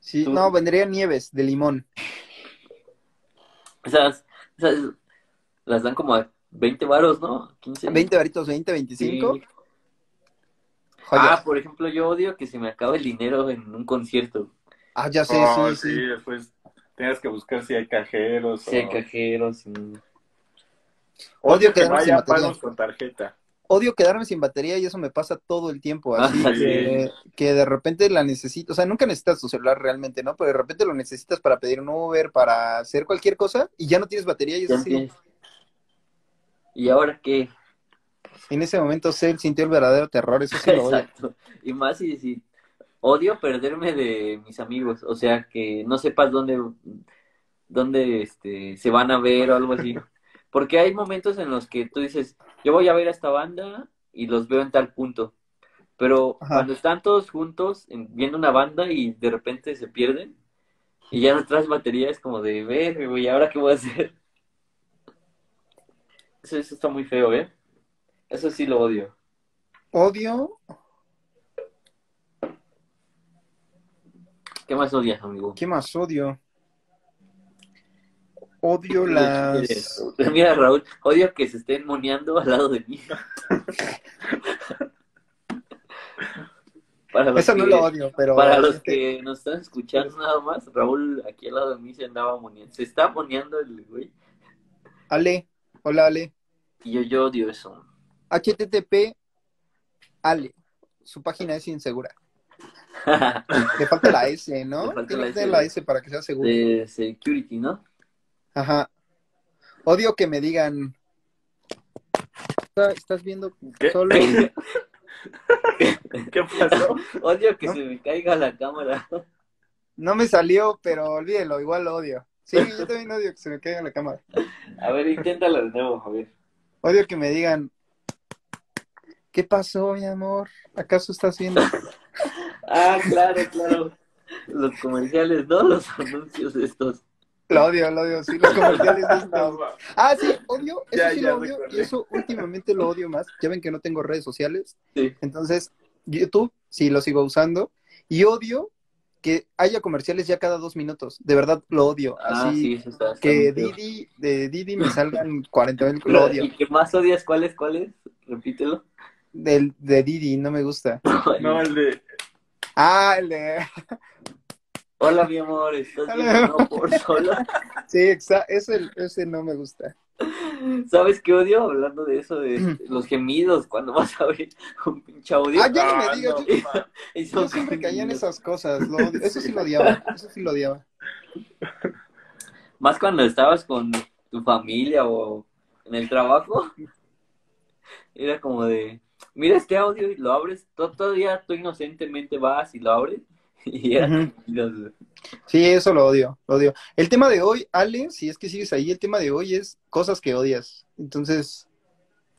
Sí, ¿Tú? no, vendría nieves de limón. Esas, esas las dan como a 20 varos, ¿no? 15. 20 varitos, 20, 25. Sí. Joyas. Ah, por ejemplo, yo odio que se me acabe el dinero en un concierto. Ah, ya sé, pues, Ah, oh, sí, sí. después tienes que buscar si hay cajeros. Si hay o- cajeros, si- Odio que quedarme sin vaya a batería. pagos con tarjeta. Odio quedarme sin batería y eso me pasa todo el tiempo. Así Ah, que, que de repente la necesito. O sea, nunca necesitas tu celular realmente, ¿no? Pero de repente lo necesitas para pedir un Uber, para hacer cualquier cosa y ya no tienes batería y es ya así. tienes. ¿Y ahora qué? En ese momento Cell sintió el verdadero terror. Eso sí lo odio. Exacto. Y más si, si odio perderme de mis amigos, o sea, que no sepas dónde, dónde este, se van a ver o algo así. Porque hay momentos en los que tú dices, yo voy a ver a esta banda y los veo en tal punto. Pero Ajá. cuando están todos juntos en- viendo una banda y de repente se pierden y ya no traes batería, es como de, ver, güey, ¿ahora qué voy a hacer? Eso, eso está muy feo, ¿eh? Eso sí lo odio. Odio ¿Qué más odias, amigo? ¿Qué más odio? Odio las. Mira, Raúl, odio que se estén moneando al lado de mí. para los Eso no que, lo odio, pero. Para los que nos están escuchando nada más, Raúl aquí al lado de mí se andaba moneando. Se está moneando el güey. Ale, hola Ale. Y yo, yo odio eso. HTTP Ale. Su página es insegura. Le falta la S, Le ¿no? falta Tiene la que S, tener la güey. S para que sea seguro. de security, ¿no? Ajá. Odio que me digan. "Ah, Estás viendo ¿Qué? solo. ¿Qué pasó? odio que ¿No? se me caiga la cámara. No me salió, pero olvídelo, igual lo odio. Sí, yo también odio que se me caiga la cámara. A ver, inténtalo de nuevo, a ver. Odio que me digan. ¿Qué pasó, mi amor? ¿Acaso estás viendo? Ah, claro, claro. Los comerciales, ¿no? Los anuncios estos. Lo odio, lo odio, sí, los comerciales. de estos. Ah, sí, odio, eso Ya, sí ya lo odio, recordé. y eso últimamente lo odio más. Ya ven que no tengo redes sociales, Sí. entonces YouTube sí lo sigo usando, y odio que haya comerciales ya cada dos minutos, de verdad lo odio. Ah, Así sí, eso está. está muy que feo. Didi, de Didi me salgan 40 mil, lo odio. ¿Y qué más odias? ¿Cuál es? ¿Cuál es? Repítelo. Del, de Didi, no me gusta. No, el de. Ah, el de. Hola, mi amor, ¿estás Hola, bien? mi No, por solo. Sí, exa- ese, ese no me gusta. ¿Sabes qué odio? Hablando de eso, de los gemidos, cuando vas a ver un pinche audio. Ah, ya no me digas, yo- ma. y son Yo siempre caía en gemidos. esas cosas. lo odio. Eso sí lo odiaba. Eso sí lo odiaba. Más cuando estabas con tu familia o en el trabajo. Era como de, mira este audio y lo abres, to- todavía tú inocentemente vas y lo abres. Y era Ujú. gemidos. Sí, eso lo odio. Lo odio. El tema de hoy, Ale, si es que sigues ahí, el tema de hoy es cosas que odias. Entonces,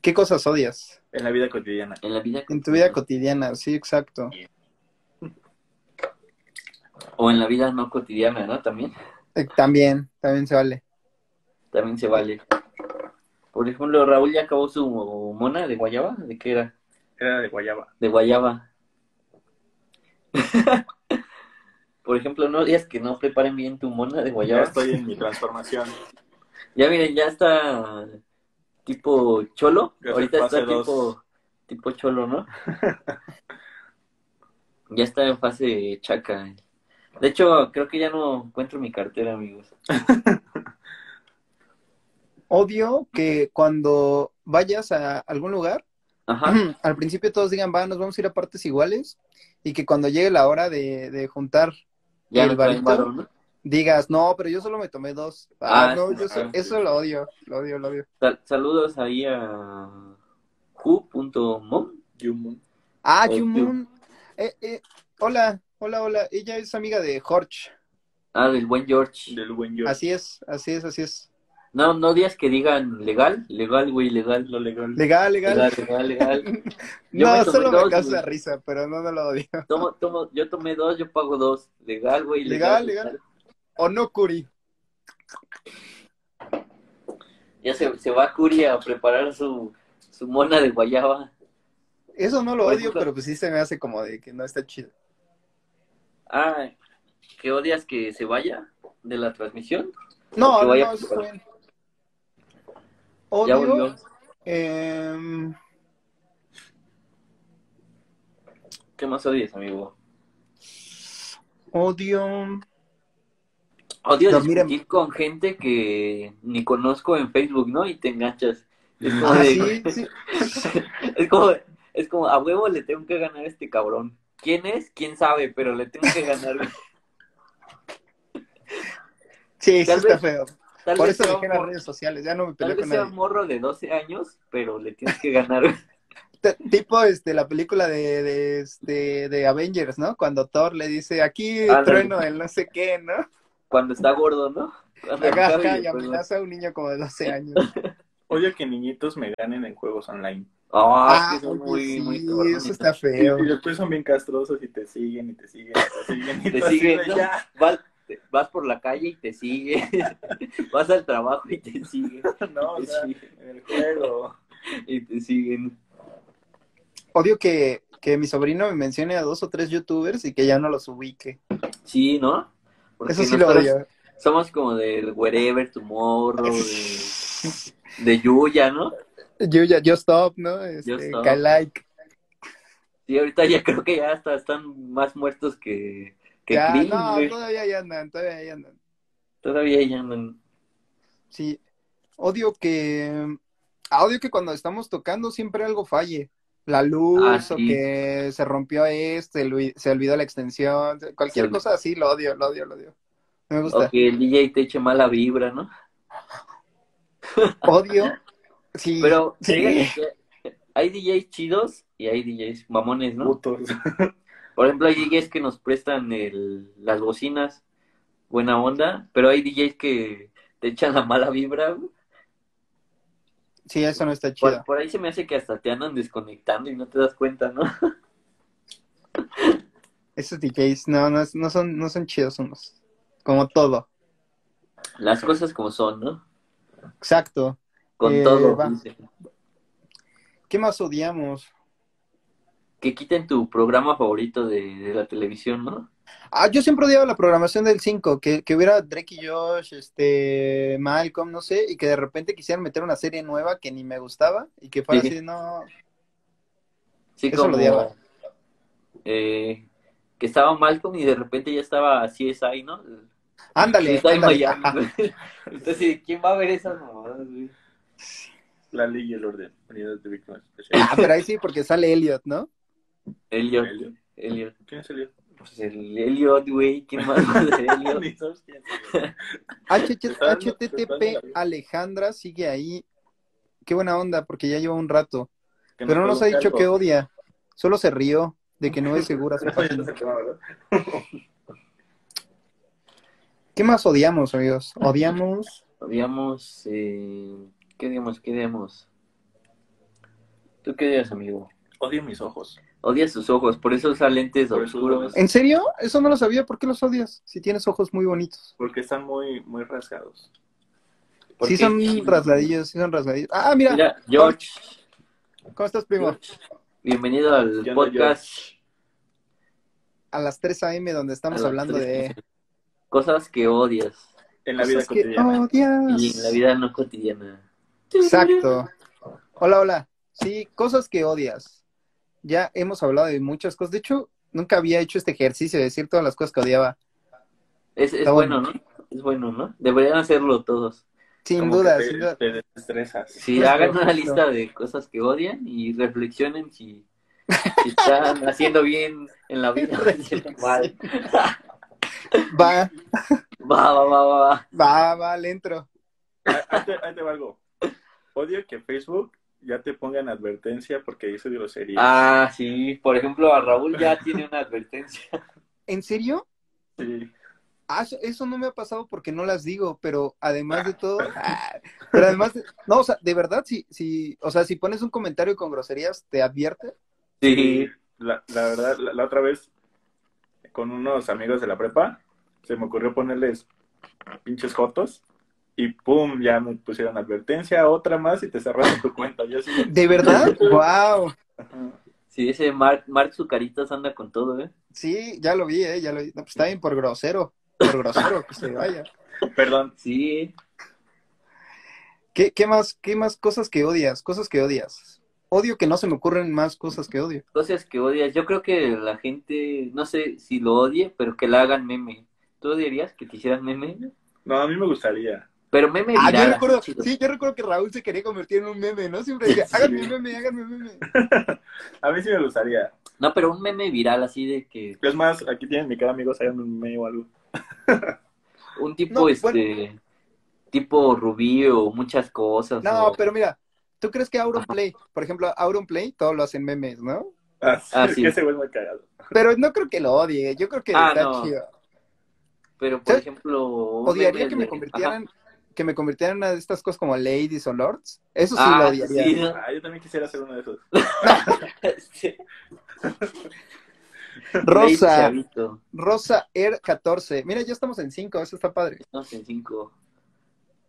¿qué cosas odias? En la vida cotidiana. en la vida En tu vida cotidiana, sí, exacto. o en la vida no cotidiana, ¿no? También. Eh, También, también se vale. También se vale. Por ejemplo, Raúl ya acabó su mona de guayaba. ¿De qué era? Era de Guayaba. De guayaba. Por ejemplo, no digas que no preparen bien tu mona de Ya guayaba. estoy en mi transformación. Ya miren, ya está tipo cholo. Ya se Ahorita fase está dos. tipo, tipo cholo, ¿no? ya está en fase chaca. De hecho, creo que ya no encuentro mi cartera, amigos. Odio que cuando vayas a algún lugar, Ajá. al principio todos digan, va, nos vamos a ir a partes iguales, y que cuando llegue la hora de, de juntar, Ya ¿Y el no traen varito? varo, ¿no? digas, no, pero yo solo me tomé dos. Ah, Ah, no, sí, yo so- ah, sí. eso lo odio, lo odio, lo odio. Sal- saludos ahí a who.mom. Yumu. Ah, Oh, Yumun. Eh, eh, hola, hola, hola. Ella es amiga de Jorge. Ah, del buen George. Del buen yo. Así es, así es, así es. No, no digas que digan legal, legal, güey, legal. Lo legal. Legal, legal. Legal, legal, legal. Yo me No, tomé solo dos, me causa güey. risa, pero no, no lo odio. Tomo, tomo, yo tomé dos, yo pago dos. Legal, güey, legal. Legal, legal. O no, Curi. Ya se, se va Curi a preparar su, su mona de guayaba. Eso no lo Por odio, ejemplo- pero pues sí se me hace como de que no está chido. Ah, ¿que odias que se vaya de la transmisión? No, que no, vaya no, a eso está preparar. bien. Odio. ya volvió. em, ¿Qué más odias, amigo? odio. Odio No, discutir miren. con gente que ni conozco en Facebook, ¿no? Y te enganchas. Es como, Ah, de- sí, sí. es como, es como, a huevo le tengo que ganar a este cabrón. ¿Quién es? ¿Quién sabe? Pero le tengo que ganar. Sí, sí Tal está vez- feo. Tal Por vez eso sea un dejé las mor- redes sociales, ya no me Tal peleo vez con sea nadie. un morro de 12 años, pero le tienes que ganar. T- tipo este la película de, de, este, de Avengers, ¿no? Cuando Thor le dice aquí Ándale. trueno el no sé qué, ¿no? Cuando está gordo, ¿no? Cuando Ajá, está ajá, y bien, pues, ¿eh? no. amenaza a un niño como de 12 años. Odio que niñitos me ganen en juegos online. Ah, es que son oye, muy, sí, muy cabrones. eso está Y, feo. y después son bien castrosos y te siguen y te siguen y te siguen. Y Te tú así siguen, de, ¿no? ya. Vas, te- vas por la calle y te sigue. vas al trabajo y te sigue. No, o Y te sea, sigue. en el juego. Y te siguen. Odio que, que mi sobrino me mencione a dos o tres youtubers y que ya no los ubique. Sí, ¿no? Porque Eso sí lo nosotros odio. Somos como del Wherever Tomorrow, de, de Yuya, ¿no? Yo ya, yo stop, ¿no? Yo Este, Stop. Kai like. Sí, ahorita ya creo que ya hasta están más muertos que, que Ya, Cream, no, güey. todavía ya andan, todavía ya andan. Todavía ya no. Sí. Odio que. ah, Odio que cuando estamos tocando siempre algo falle. La luz, Ah, sí. o que se rompió este, el ui- se olvidó la extensión. Cualquier Sí. cosa así, lo odio, lo odio, lo odio. No Me O gusta. que el DJ te eche mala vibra, ¿no? Odio. Sí. Pero sí. fíjate que hay DJs chidos y hay DJs mamones, ¿no? Putos. Por ejemplo, hay DJs que nos prestan el, las bocinas, buena onda, pero hay DJs que te echan la mala vibra, güey. Sí, eso no está chido. Por, por ahí se me hace que hasta te andan desconectando y no te das cuenta, ¿no? Esos DJs, no, no, es- no son, no son chidos unos. Como todo. Las cosas como son, ¿no? Exacto. Con Eh, todo. va. dice. ¿Qué más odiamos? Que quiten tu programa favorito de, de la televisión, ¿no? Ah, yo siempre odiaba la programación del 5, que, que hubiera Drake y Josh, este, Malcolm, no sé, y que de repente quisieran meter una serie nueva que ni me gustaba y que fuera Sí. así, no. Sí, Eso como lo odiaba. eh, que estaba Malcolm y de repente ya estaba CSI, ¿no? Ándale, CSI ándale. Miami, ajá. güey. Entonces, ¿quién va a ver esas mamadas, güey? La ley y el orden. Unidad de víctimas especiales. Ah, pero ahí sí, porque sale Elliot, ¿no? Elliot, Elliot. Elliot. ¿Quién salió? Pues el Elliot, güey, ¿quién más va a ser Elliot? Ni sabes quién salió. HT Está dando- está HTTP dando la- Alejandra sigue ahí. Qué buena onda, porque ya lleva un rato. Que Pero no nos ha dicho pregunte que algo. odia. Solo se rió de que no es segura su página. ¿Qué más odiamos, amigos? Odiamos. Habíamos, eh, ¿qué digamos? ¿Qué digamos? ¿Tú qué dices, amigo? Odio mis ojos. Odias sus ojos, por eso usa lentes Por eso oscuros. ¿En serio? Eso no lo sabía. ¿Por qué los odias? Si tienes ojos muy bonitos. Porque están muy, muy rasgados. Sí Porque- son rasgadillos, sí son rasgadillos. Ah, mira, Mira, George, ¿cómo estás, primo? bienvenido al ¿Qué onda, podcast. A las 3 a.m. donde estamos A las hablando tres, de Cosas que odias En la vida cosas Pues que cotidiana. odias. y en la vida no cotidiana. Exacto. Hola, hola. Sí, cosas que odias. Ya hemos hablado de muchas cosas. De hecho, nunca había hecho este ejercicio de decir todas las cosas que odiaba. Es, es Está bueno, bueno. ¿no? Es bueno, ¿no? Deberían hacerlo todos. Sin Como que duda, te- sin duda. Te desestresas. Si Justo, hagan una justo. lista de cosas que odian y reflexionen si, si están haciendo bien en la vida. o haciendo mal. Va, Va, va, va, va, va. va, va, le entro. Ahí ahí te, ahí te va algo. Odio que Facebook ya te pongan advertencia porque dice grosería. Ah, sí. Por ejemplo, a Raúl ya tiene una advertencia. ¿En serio? Sí. Ah, eso- eso no me ha pasado porque no las digo, pero además de todo, ah, pero además, de- no, o sea, de verdad, si, si, o sea, si pones un comentario con groserías, te advierte. Sí. La, la verdad, la, la otra vez, con unos amigos de la prepa, se me ocurrió ponerles pinches jotos y pum, ya me pusieron advertencia, otra más y te cerraron tu cuenta. Yo así de- ¿De verdad? ¡Wow! Ajá. Sí, ese Mark, Mark Zucaritas anda con todo, ¿eh? Sí, ya lo vi, eh, ya lo vi. No, pues está bien por grosero, por grosero, que se vaya. Perdón, Sí. ¿Qué, qué más, qué más cosas que odias? Cosas que odias. Odio que no se me ocurren más cosas que odio. Cosas que odias. Yo creo que la gente, no sé si lo odie, pero que la hagan meme. ¿Tú dirías que quisieran meme? no, a mí me gustaría. Pero meme Ah, yo viral, recuerdo, chido. sí, yo recuerdo que Raúl se quería convertir en un meme, ¿no? Siempre decía, Sí. háganme meme, háganme meme. A mí sí me gustaría. No, pero un meme viral así de que Es más, aquí tienen mi cara, amigos, hagan un meme o algo. un tipo No, este tipo rubí o muchas cosas. No, o- pero mira, ¿tú crees que Auronplay, por ejemplo, Auronplay, todos lo hacen memes, ¿no? Así Ah, es sí. que se vuelve cagado. Pero no creo que lo odie, yo creo que Ah, está no. chido. pero por ¿sabes? ejemplo, un Odiaría meme que me de- convirtieran, que me convirtieran en una de estas cosas como ladies o lords. Eso sí Ajá. lo Ah, odiaría. sí, ¿no? Ah, yo también quisiera hacer uno de esos. Sí. Ley Rosa, Chavito. Rosa Air 14. Mira, ya estamos en 5, eso está padre. No sé, cinco.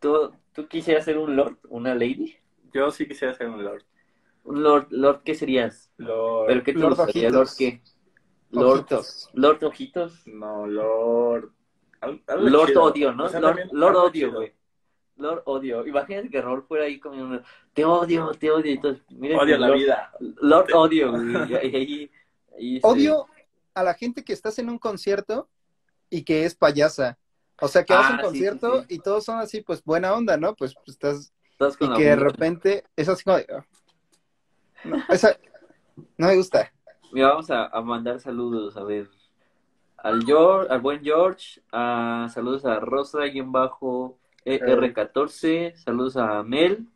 ¿Tú, tú quisieras ser un lord, una lady? Yo sí quisiera hacer un Lord. Un lord, lord ¿qué serías? Lord. ¿Pero qué te Lord gustaría? Ojitos. ¿Lord qué? Lord Ojitos. Lord Ojitos. No, Lord. Al- algo Lord chido. Odio, ¿no? O sea, Lord, también Lord algo Odio, chido. güey. Lord Odio. Imagínate que Raúl fuera ahí comiendo. Te odio, te odio. Entonces, mira Odio que la Lord, vida. Lord Odio, güey. Y ahí- ahí, este, Odio a la gente que estás en un concierto y que es payasa. O sea, que vas a un Ah, sí, sí, concierto sí. y todos son así, pues buena onda, ¿no? Pues, pues, estás. todos con Y la que de boca. repente es así como. de, "Ah". No, esa- no me gusta. Mira, vamos a, a mandar saludos, a ver. Al George, al buen George, a, saludos a Rosa, y en bajo eh, Eh. R14, saludos a Mel.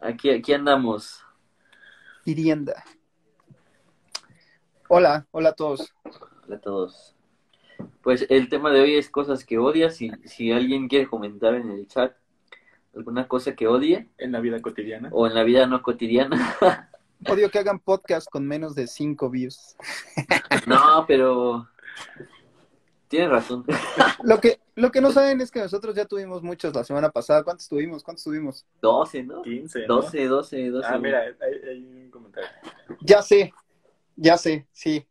Aquí, aquí andamos. Hirienda. Hola, hola a todos. Hola a todos. Pues el tema de hoy es cosas que odias. Si, si alguien quiere comentar en el chat alguna cosa que odie En la vida cotidiana. o en la vida no cotidiana. Odio que hagan podcast con menos de 5 views. No, pero tienes razón. Lo que, lo que no saben es que nosotros ya tuvimos muchos la semana pasada. ¿Cuántos tuvimos? ¿Cuántos tuvimos? 12, ¿no? 15. ¿no? 12, 12, 12. Ah, mira, hay, hay un comentario. Ya sé, ya sé, sí.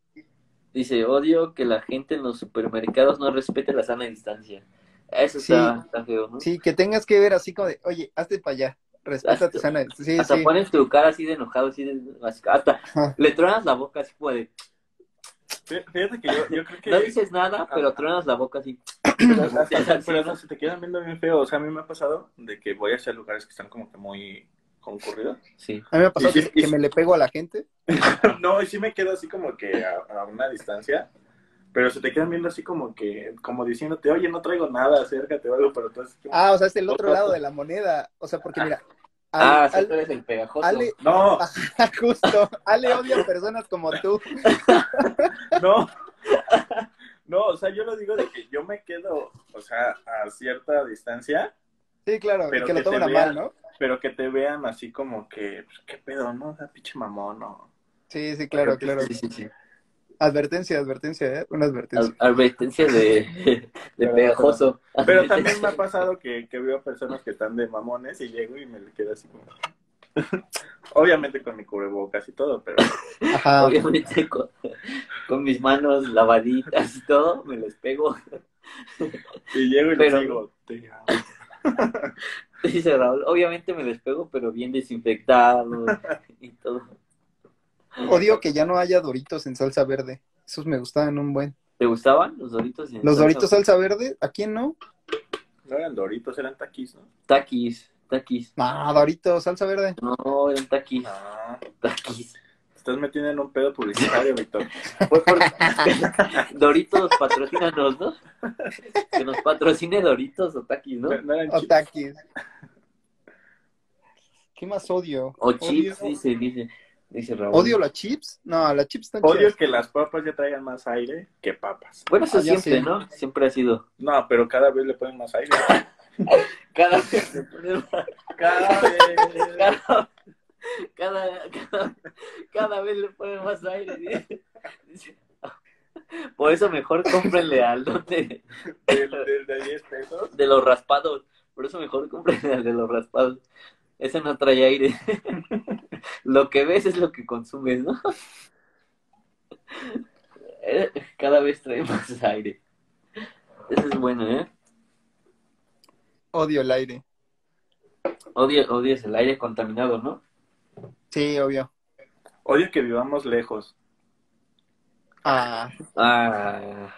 Dice, odio que la gente en los supermercados no respete la sana distancia. Eso Sí. está, está feo, ¿no? Sí, que tengas que ver así como de, oye, hazte para allá, respeta tu sana. Sí, hasta sí. Ah. pones tu cara así de enojado, así de... Hasta Ajá. le tronas la boca así como de... Fí- Fíjate que yo, yo creo que... No dices nada, Ah. pero truenas la boca así. Pero hasta- pero hasta se te quedan viendo bien feo. O sea, a mí me ha pasado de que voy hacia lugares que están como que muy concurridos. Sí. A mí me ha pasado Y- que, y- que me le pego a la gente. No, y sí me quedo así como que a, a una distancia. Pero se te quedan viendo así como que, como diciéndote, oye, no traigo nada, acércate o algo, pero tú así como- Ah, o sea, es el otro lado de la moneda. O sea, porque mira, Ah, Ale, sí, tú eres el pegajoso. Ale- No, justo, Ale odia a personas como tú. no. No, o sea, yo lo digo de que yo me quedo, o sea, a cierta distancia, Sí, claro, Pero y que lo que te toman a vean. mal, ¿no? pero que te vean así como que, pues, ¿qué pedo, no? O sea, pinche mamón, no. Sí, sí, claro, claro. Sí, sí, sí. Advertencia, advertencia, ¿eh? Una advertencia. Ad- Advertencia de, de Pero- pegajoso. Pero también me ha pasado que, que veo personas que están de mamones y llego y me le quedo así como... Obviamente con mi cubrebocas y todo, pero... Ajá. Obviamente con, con mis manos lavaditas y todo, me les pego. Y llego y Pero- les digo, "Te amo". Dice Raúl, obviamente me les pego, pero bien desinfectado y todo. Odio que ya no haya doritos en salsa verde. Esos me gustaban un buen. ¿Te gustaban los doritos? en Los salsa? doritos salsa verde, ¿a quién no? No eran doritos, eran taquis, ¿no? Taquis, taquis. No, doritos salsa verde. No, eran taquis, No. taquis. Te estás metiendo en un pedo publicitario, Víctor. Fue por- Doritos patrocínanos, ¿no? Que nos patrocine Doritos o Takis, ¿no? No, no eran O chips. taquis. ¿Qué más odio? O odio, chips, dice, dice, dice Raúl. ¿Odio las chips? No, las chips están Odio chidas. que las papas ya traigan más aire que papas. Bueno, eso Ah, ya siempre, sé. ¿no? Siempre ha sido. No, pero cada vez le ponen más aire. Cada vez, Cada vez. cada, cada, cada, cada vez le ponen más aire. dice. Dice, Por eso mejor cómprenle al don de, Del, del de 10 pesos. de los raspados. Por eso mejor cómprenle al de los raspados. Ese no trae aire. Lo que ves es lo que consumes, ¿no? Eh, Cada vez trae más aire. Eso es bueno, ¿eh? Odio el aire. Odio, odias el aire contaminado, ¿no? Sí, obvio. Odio que vivamos lejos. Ah, Ah.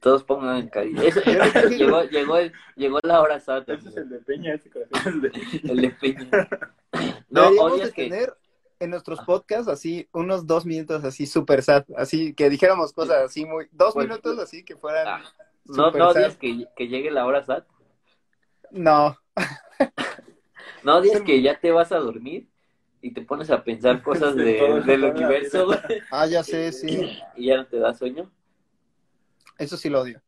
Todos pongan en cariño. Eso- Yo creo que- llegó, llegó, el- llegó la hora santa. Ese es el de Peña, ese corazón es de- El de Peña. No, deberíamos odias de que. tener en nuestros podcasts así unos dos minutos así super sad, así que dijéramos cosas así muy... Dos Pues, minutos así que fueran... ah, No, super no sad. odias que, que llegue la hora santa. No, No odias que ya te vas a dormir y te pones a pensar cosas De de- todo, del toda la vida. universo, güey, ah, ya Eh, sé, sí. y ya no te da sueño. Eso sí lo odio.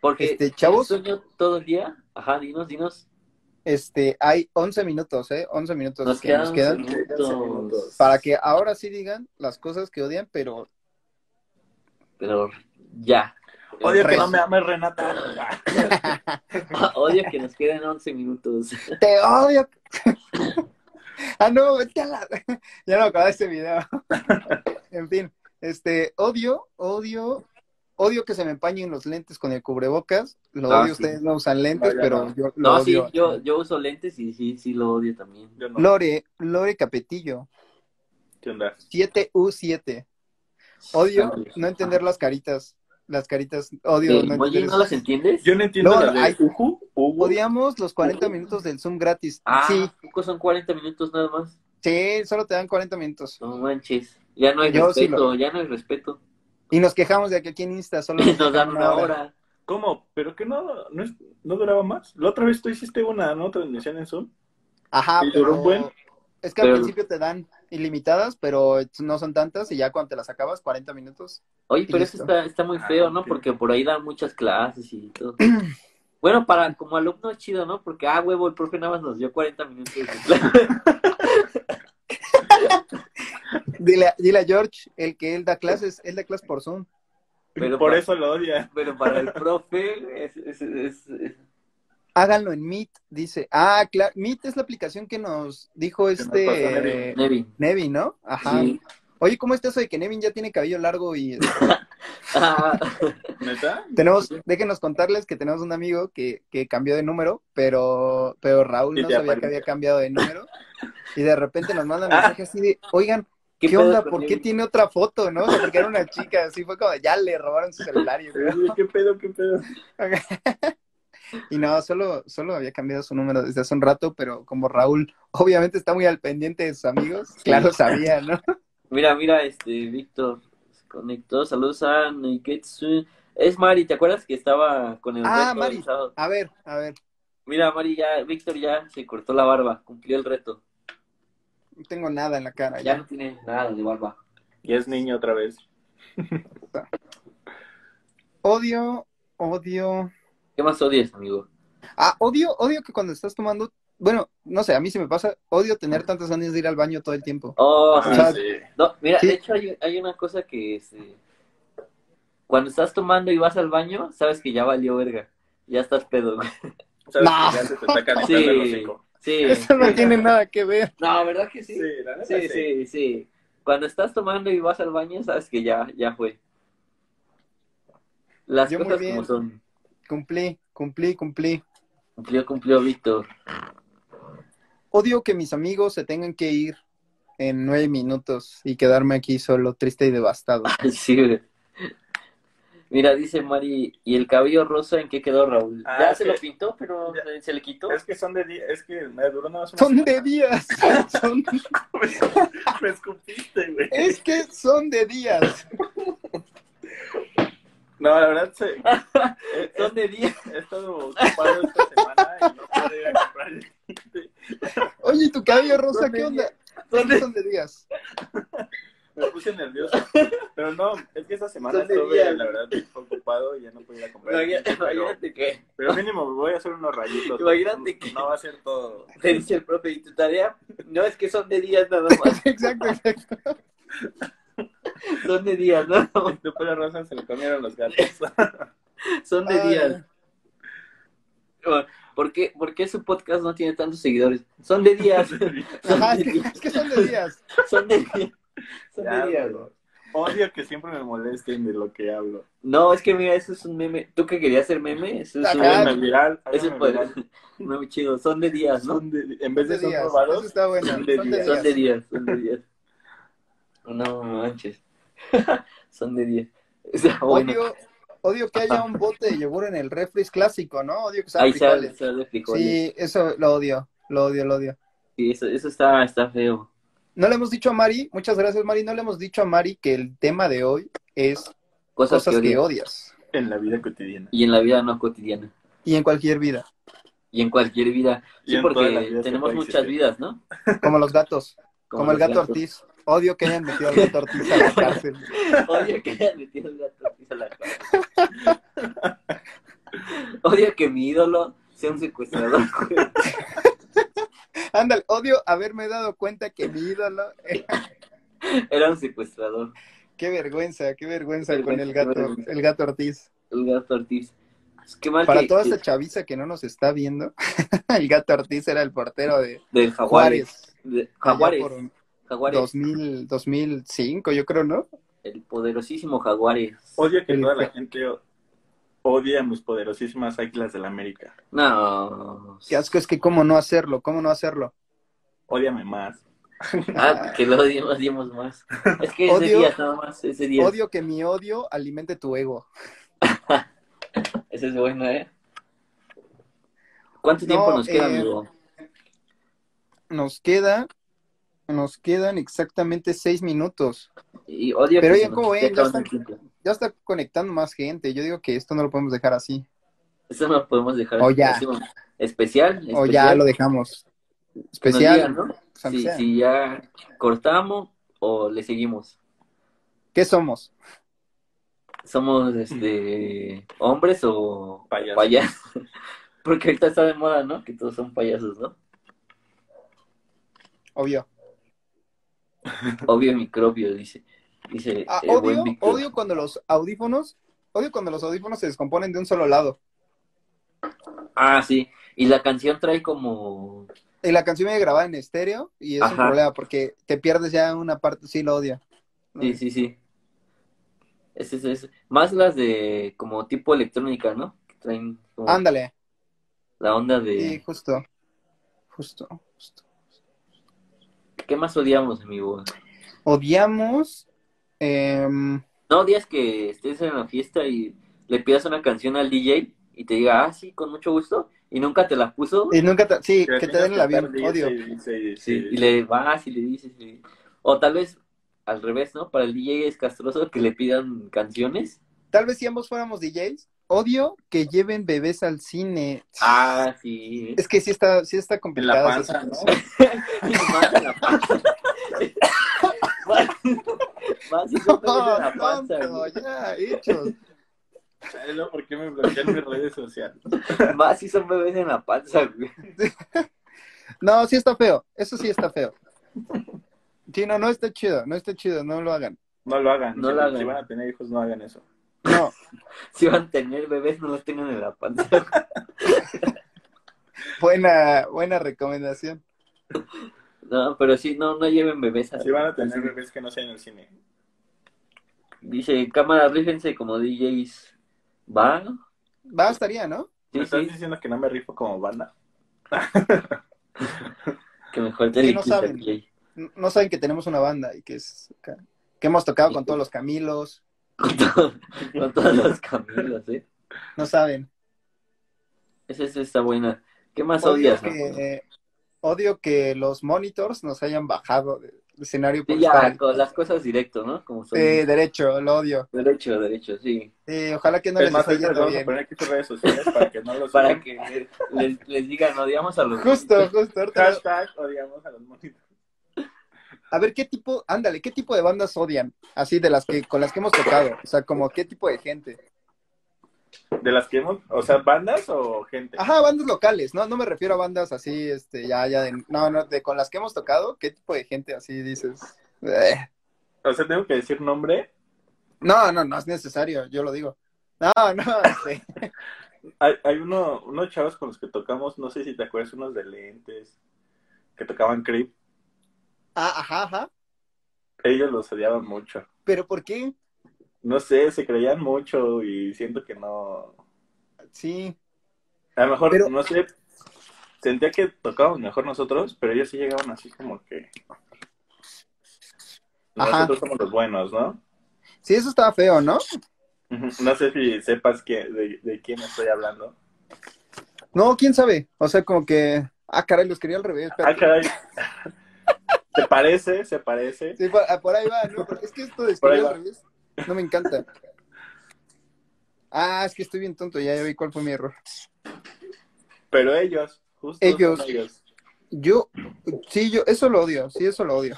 Porque Este, chavos. ¿tienes sueño todo el día. Ajá, dinos, dinos. Este, hay 11 minutos, ¿eh? 11 minutos Nos que nos quedan quedan. once minutos. Para que ahora sí digan las cosas que odian, pero Pero ya. Odio que Res- no me ames, Renata. Odio que nos queden 11 minutos. te odio. ah, no, vete a la... ya no acababa este video. en fin, este, odio, odio, odio que se me empañen los lentes con el cubrebocas. Lo Ah, odio, sí. ustedes no usan lentes, No, ya pero no. yo lo No, sí, odio. yo, yo uso lentes y sí, sí lo odio también. Yo no. Lore, Lore Capetillo, ¿Qué onda? 7U7. Odio Ándale. no entender las caritas. Las caritas, odio ¿Qué? no Ah, Oye, entender ¿no las entiendes? Yo no entiendo No, la de hay- Uju, Ugu. Odiamos los 40 minutos del Zoom gratis. Ah, Sí, poco son 40 minutos nada más. sí, solo te dan 40 minutos. No manches. Ya no hay Yo sí respeto, ya no hay respeto. Y nos quejamos de que aquí en Insta solo Nos dan una hora. ¿Cómo? ¿Pero que no, no, es- no duraba más? La otra vez tú hiciste una ¿no? transmisión en Zoom. Ajá, Y duró pero un buen. es que Pero- al principio te dan ilimitadas, pero no son tantas y ya cuando te las acabas, 40 minutos. Oye, Y pero eso listo. está, está muy Ah, feo, ¿no? ok. Porque por ahí dan muchas clases y todo. Bueno, para como alumno es chido, ¿no? Porque, ah, huevo, el profe nada más nos dio 40 minutos de clase. Dile, a- dile a George, el que él da clases, él da clases por Zoom. Pero Por pa- eso lo odia. Pero para el profe es, es- es- es- Háganlo en Meet, dice. Ah, claro, Meet es la aplicación que nos dijo nos pasó este Nevin. Nevin. Nevin, ¿no? Ajá. Sí. Oye, ¿cómo está eso de que Nevin ya tiene cabello largo y Ah, ¿Neta? Tenemos, déjenos contarles que tenemos un amigo que, que cambió de número, pero, pero Raúl Y no de sabía que apariencia. había cambiado de número. Y de repente nos manda mensajes así de, oigan, ¿Qué, pedo onda? con ¿Por él? qué tiene otra foto, no? O sea, porque era una chica, así fue como, ya le robaron su celular. y- Oye, ¿Qué pedo, qué pedo? Y no, solo, solo había cambiado su número desde hace un rato, pero como Raúl obviamente está muy al pendiente de sus amigos, claro sabía, ¿no? Mira, mira, este, Víctor se conectó. Saludos a Niketsu. Es Mari, ¿te acuerdas que estaba con el Ah, reto Mari. el sábado? A ver, a ver, Mira, Mari, ya, Víctor ya se cortó la barba, cumplió el reto. no tengo nada en la cara. Ya Ah, Ya. no tiene nada de barba. Y es niño otra vez. Odio, odio. ¿Qué más odias, amigo? Ah, odio, odio que cuando estás tomando, bueno, no sé, a mí se me pasa, odio tener tantas ganas de ir al baño todo el tiempo. Oh, Ah, sí. sea, sí. No, mira, Sí. de hecho hay, hay una cosa que este, cuando estás tomando y vas al baño, sabes que ya valió verga. Ya estás pedo. güey. ¿Sabes No. que ya se te está calentando el Sí, hocico? sí. Eso no tiene nada que ver. No, ¿verdad que sí? Sí, la neta Sí, sí, sí. Cuando estás tomando y vas al baño, sabes que ya, ya fue. Las Yo muy cosas bien. como son. Cumplí, cumplí, cumplí. Cumplió, cumplió Víctor. Odio que mis amigos se tengan que ir en nueve minutos y quedarme aquí solo, triste y devastado. Sí, güey. Mira, dice Mari, ¿y el cabello rosa en qué quedó Raúl? Ah, ya es se que- lo pintó, pero Ya. se- se le quitó. Es que son de di- es que me duró nada más una Son semana. de días. Son- Me escupiste, güey. es que son de días. No, la verdad, se... he, he- ¿Dónde di? he estado ocupado esta semana y no pude ir a comprar el tinte. Oye, ¿y tu cabello rosa, ¿qué ¿Dónde onda? ¿Dónde- Son de días. Me puse nervioso. Pero no, es que esta semana Son de estuve, días. la verdad, ocupado y ya no pude ir a comprar el Imagínate tinte, pero, imagínate que pero mínimo voy a hacer unos rayitos. Imagínate que- No va a ser todo. te dice el profe, ¿y tu tarea? No, es que son de días nada más. Exacto, exacto. Son de días, ¿no? De pura rosa se le comieron los gatos. Son de Ay. días. ¿Por qué, ¿Por qué su podcast no tiene tantos seguidores? Son de días. Ajá, es, que, es que son de días. Son de días. Son Ya, de días. pero Odio que siempre me molesten de lo que hablo. No, es que mira, eso es un meme. ¿Tú que querías ser meme? Eso es un Ajá. meme. Háganme viral, Eso es háganme poder- viral. un meme chido. Son de días, ¿no? Son de- en Son vez de de ser días. robados, Eso está bueno. Son son de de días. Son de días, son de días. No manches. son de días. Está bueno. Odio, odio que haya un bote de yogur en el refri clásico, ¿no? Odio que sea Ahí sale, frijoles. sale frijoles. Sí, Sí, eso lo odio. Lo odio, lo odio. eso, eso está, está feo. No le hemos dicho a Mari, muchas gracias Mari, no le hemos dicho a Mari que el tema de hoy es Cosas, cosas que que odio. odias. en la vida cotidiana. Y en la vida no cotidiana. Y en cualquier vida, Y en cualquier vida. Y Sí, en todas las porque vidas que tenemos puede muchas existir. vidas, ¿no? como los gatos, como, el los gato gatos. Ortiz. Odio que hayan metido al gato Ortiz a la cárcel. Odio que haya metido el gato Ortiz a la cárcel. Odio que mi ídolo sea un secuestrador. güey. Ándale, odio haberme dado cuenta que mi ídolo, Era un secuestrador. qué vergüenza, qué vergüenza Qué con el vergüenza, qué gato, vergüenza. el gato Ortiz. El gato Ortiz. Es que mal Para este que, toda que- esta chaviza que no nos está viendo, el gato Ortiz era el portero de del Jaguares. Juárez. De- allá Jaguares. por Jaguares. 2000, 2005, yo creo, ¿no? El poderosísimo Jaguares. Odio que El- toda la gente o- odie a mis poderosísimas águilas del América. No. Qué asco, es que cómo no hacerlo, cómo no hacerlo. Ódiame más. Ah, que lo odiamos, odiamos más. Es que ese Odio- día nada más, ese día. Odio que mi odio alimente tu ego. Ese es bueno, ¿eh? ¿Cuánto No, tiempo nos queda, eh, amigo? Nos queda, nos quedan exactamente seis minutos. Y odio pero que ya se nos como esté ven, ya acabando están- el tiempo. Ya está conectando más gente. Yo digo que esto no lo podemos dejar así. Eso no lo podemos dejar. O ya. Hacemos Especial. especial. O ya lo dejamos. Que nos Especial. digan, ¿no? o sea, Si, sea. si ya cortamos o le seguimos. ¿Qué somos? ¿Somos este hombres o Payasos. payasos? Porque ahorita está de moda, ¿no? Que todos son payasos, ¿no? Obvio. Obvio microbio, dice. Dice Ah, el Eh, buen odio, Víctor. odio cuando los audífonos, odio cuando los audífonos se descomponen de un solo lado. Ah, sí. Y la canción trae como. Y eh, la canción viene grabada en estéreo y es un Ajá. problema porque te pierdes ya una parte. Sí, lo odio. Sí, sí, sí. Es, es, es- Más las de como tipo electrónica, ¿no? Que traen como Ándale. la onda Sí, de. justo. Justo. justo. ¿Qué más odiamos, amigo? Odiamos. em, No odias que estés en la fiesta y le pidas una canción al DJ y te diga, ah, sí, con mucho gusto, y nunca te la puso. y nunca te, sí, le que te tengas den el avión, cantar odio. 10 y- Sí, sí, y le vas y le dices. y le- O tal vez al revés, ¿no? Para el DJ es castroso que le pidan canciones. Tal vez si ambos fuéramos DJs, odio que lleven bebés al cine. Ah, sí. Es que sí está, sí está En la complicado. panza, ¿no? Más en la panza. Más- más si son bebés en la panza, tonto, güey. ya, hechos. Ay, no, ¿Por qué me bloquean mis redes sociales? Más si son bebés en la panza, güey. No, sí está feo. Eso sí está feo. Sí, no, no está chido, no está chido, no lo hagan. No lo hagan. No si, lo hagan. si van a tener hijos, no hagan eso. No, Si van a tener bebés, no los tengan en la panza. buena, buena recomendación. No, pero sí, no, no lleven bebés. a- Si van a tener bebés que no sean en el cine. Dice, cámara, rífense como DJs. ¿Va? Va, estaría, ¿no? Sí, ¿Me estás sí, diciendo que no me rifo como banda? que mejor te Que no dediques al saben. DJ. N- No saben que tenemos una banda y que es acá- que hemos tocado con todos los Camilos. Con, todo- con todos los caminos, ¿eh? No saben. Esa esa está buena. ¿Qué más Odio odias? que, Ramón? eh, odio que los monitors nos hayan bajado del escenario por Sí, ya, estar con las cosas directo, ¿no? Como son Sí, derecho, lo odio. derecho, derecho, sí. Sí, ojalá que no es les más, esté ahorita les yendo vamos a bien. poner aquí sus redes sociales para que no los Para sigan. que les, les digan, odiamos a los... Justo, justo. ahorita- Hashtag odiamos a los monitos. A ver, ¿qué tipo, ándale, qué tipo de bandas odian? Así de las que, con las que hemos tocado. O sea, como qué tipo de gente. ¿De las que hemos? O sea, ¿bandas o gente? Este, Ajá, bandas locales, ¿no? No me refiero a bandas así, este, ya, ya, de, no, no, de con las que hemos tocado, ¿qué tipo de gente así dices? "Eh". O sea, tengo que decir nombre. No, no, no es necesario, yo lo digo. No, no, este, Hay, hay uno, unos chavos con los que tocamos, no sé si te acuerdas, unos de lentes, que tocaban creep. ah, ajá, ajá, Ellos los odiaban mucho. pero ¿por qué? No sé, se creían mucho y siento que no. Sí, A lo mejor, Pero- no sé, sentía que tocábamos mejor nosotros, pero ellos sí llegaban así como que... Ajá. Nosotros somos los buenos, ¿no? sí, eso estaba feo, ¿no? Ujú. No sé si sepas que, de, de quién estoy hablando. No, quién sabe, o sea, como que, ah, caray, los quería al revés, Ah, espérate. caray. ¿Te parece? ¿Se parece? Sí, por, ah, por ahí va, ¿no? Porque es que esto de Por ahí escribir va. al revés no me encanta. Ah, es que estoy bien tonto, ya, ya vi cuál fue mi error. Pero ellos, justo son Ellos. ellos. Yo, sí, yo, eso lo odio, sí, eso lo odio.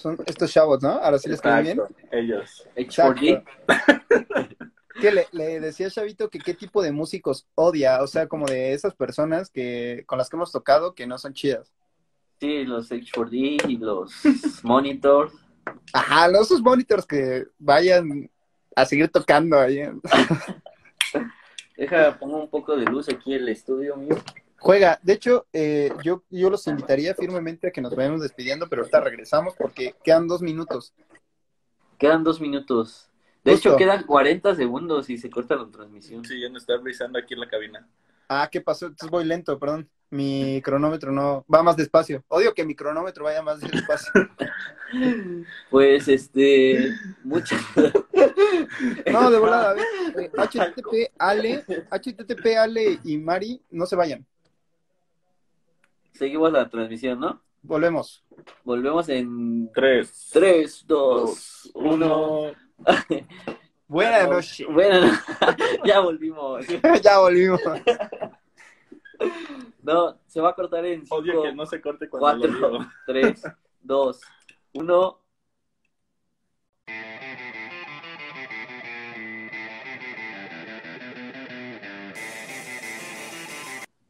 Son estos chavos, ¿no? Ahora sí les cae bien. Exacto, ellos. H4D. Que le, le decía a Chavito que qué tipo de músicos odia, o sea, como de esas personas que con las que hemos tocado que no son chidas. Sí, los H4D y los monitors. Ajá, los esos monitors que vayan a seguir tocando ahí. Deja, pongo un poco de luz aquí en el estudio mío. Juega, de hecho, eh, yo, yo los invitaría firmemente a que nos vayamos despidiendo, pero ahorita regresamos porque quedan dos minutos. Quedan dos minutos. De Justo. hecho, quedan 40 segundos y se corta la transmisión. Sí, ya nos está brisando aquí en la cabina. Ah, ¿qué pasó? Entonces voy lento, perdón. Mi cronómetro no va más despacio. Odio que mi cronómetro vaya más despacio. Pues, este... Muchas... No, de volada, a ver. eh, HTTP, Ale, HTTP, Ale y Mari, no se vayan. Seguimos la transmisión, ¿no? Volvemos. Volvemos en Tres. 3, 2, 1. Uno. Buenas noches. Bueno, ya volvimos. ya volvimos. No, se va a cortar en Odio que 5, no se corte cuando lo digo. 4, 3, 2, 1.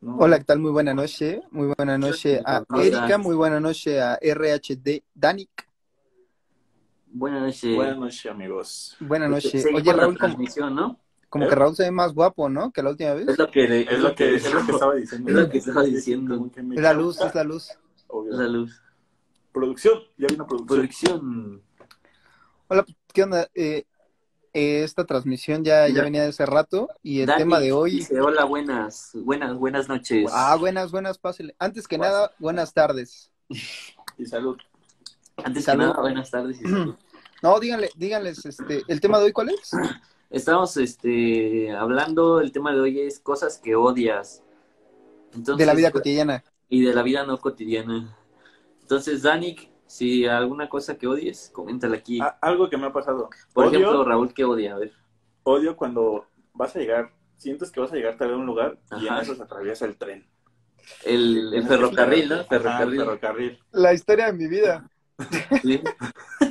No. Hola, ¿qué tal? Muy buena noche. Muy buena noche a Erika. Muy buena noche a RHD Danik. Buenas noches. Buenas noches, amigos. Buena noche. Este, Seguimos Oye, la Raúl, como, transmisión, ¿no? como que Raúl se ve más guapo, ¿no? Que la última vez. Es lo que, Es lo que, es lo que estaba diciendo. Es lo que estaba diciendo. Como que me Es la luz, choca. es la luz. Obvio. la luz. Producción. Ya vino producción. Producción. ¿Qué onda? Eh, eh, esta transmisión ya, ya Ya. venía de hace rato y el Dani tema de hoy. dice, hola, buenas. Buenas, buenas noches. Ah, buenas, buenas, pásale. Antes que Buenas. nada, buenas tardes. Y salud. Antes que Salud. nada, buenas tardes. No, díganle, díganles, este, ¿el tema de hoy cuál es? Estamos este, hablando, el tema de hoy es cosas que odias. Entonces, De la vida cotidiana. Y de la vida no cotidiana. Entonces, Danik, si alguna cosa que odies, coméntala aquí. A- algo que me ha pasado. Por Ah, odio, ejemplo, Raúl, ¿qué odia? A ver. odio cuando vas a llegar, sientes que vas a llegar tarde a un lugar y en Ajá. eso se atraviesa el tren. El, el ferrocarril, ¿no? Ajá, el Ferrocarril. ferrocarril. La historia de mi vida. Sí.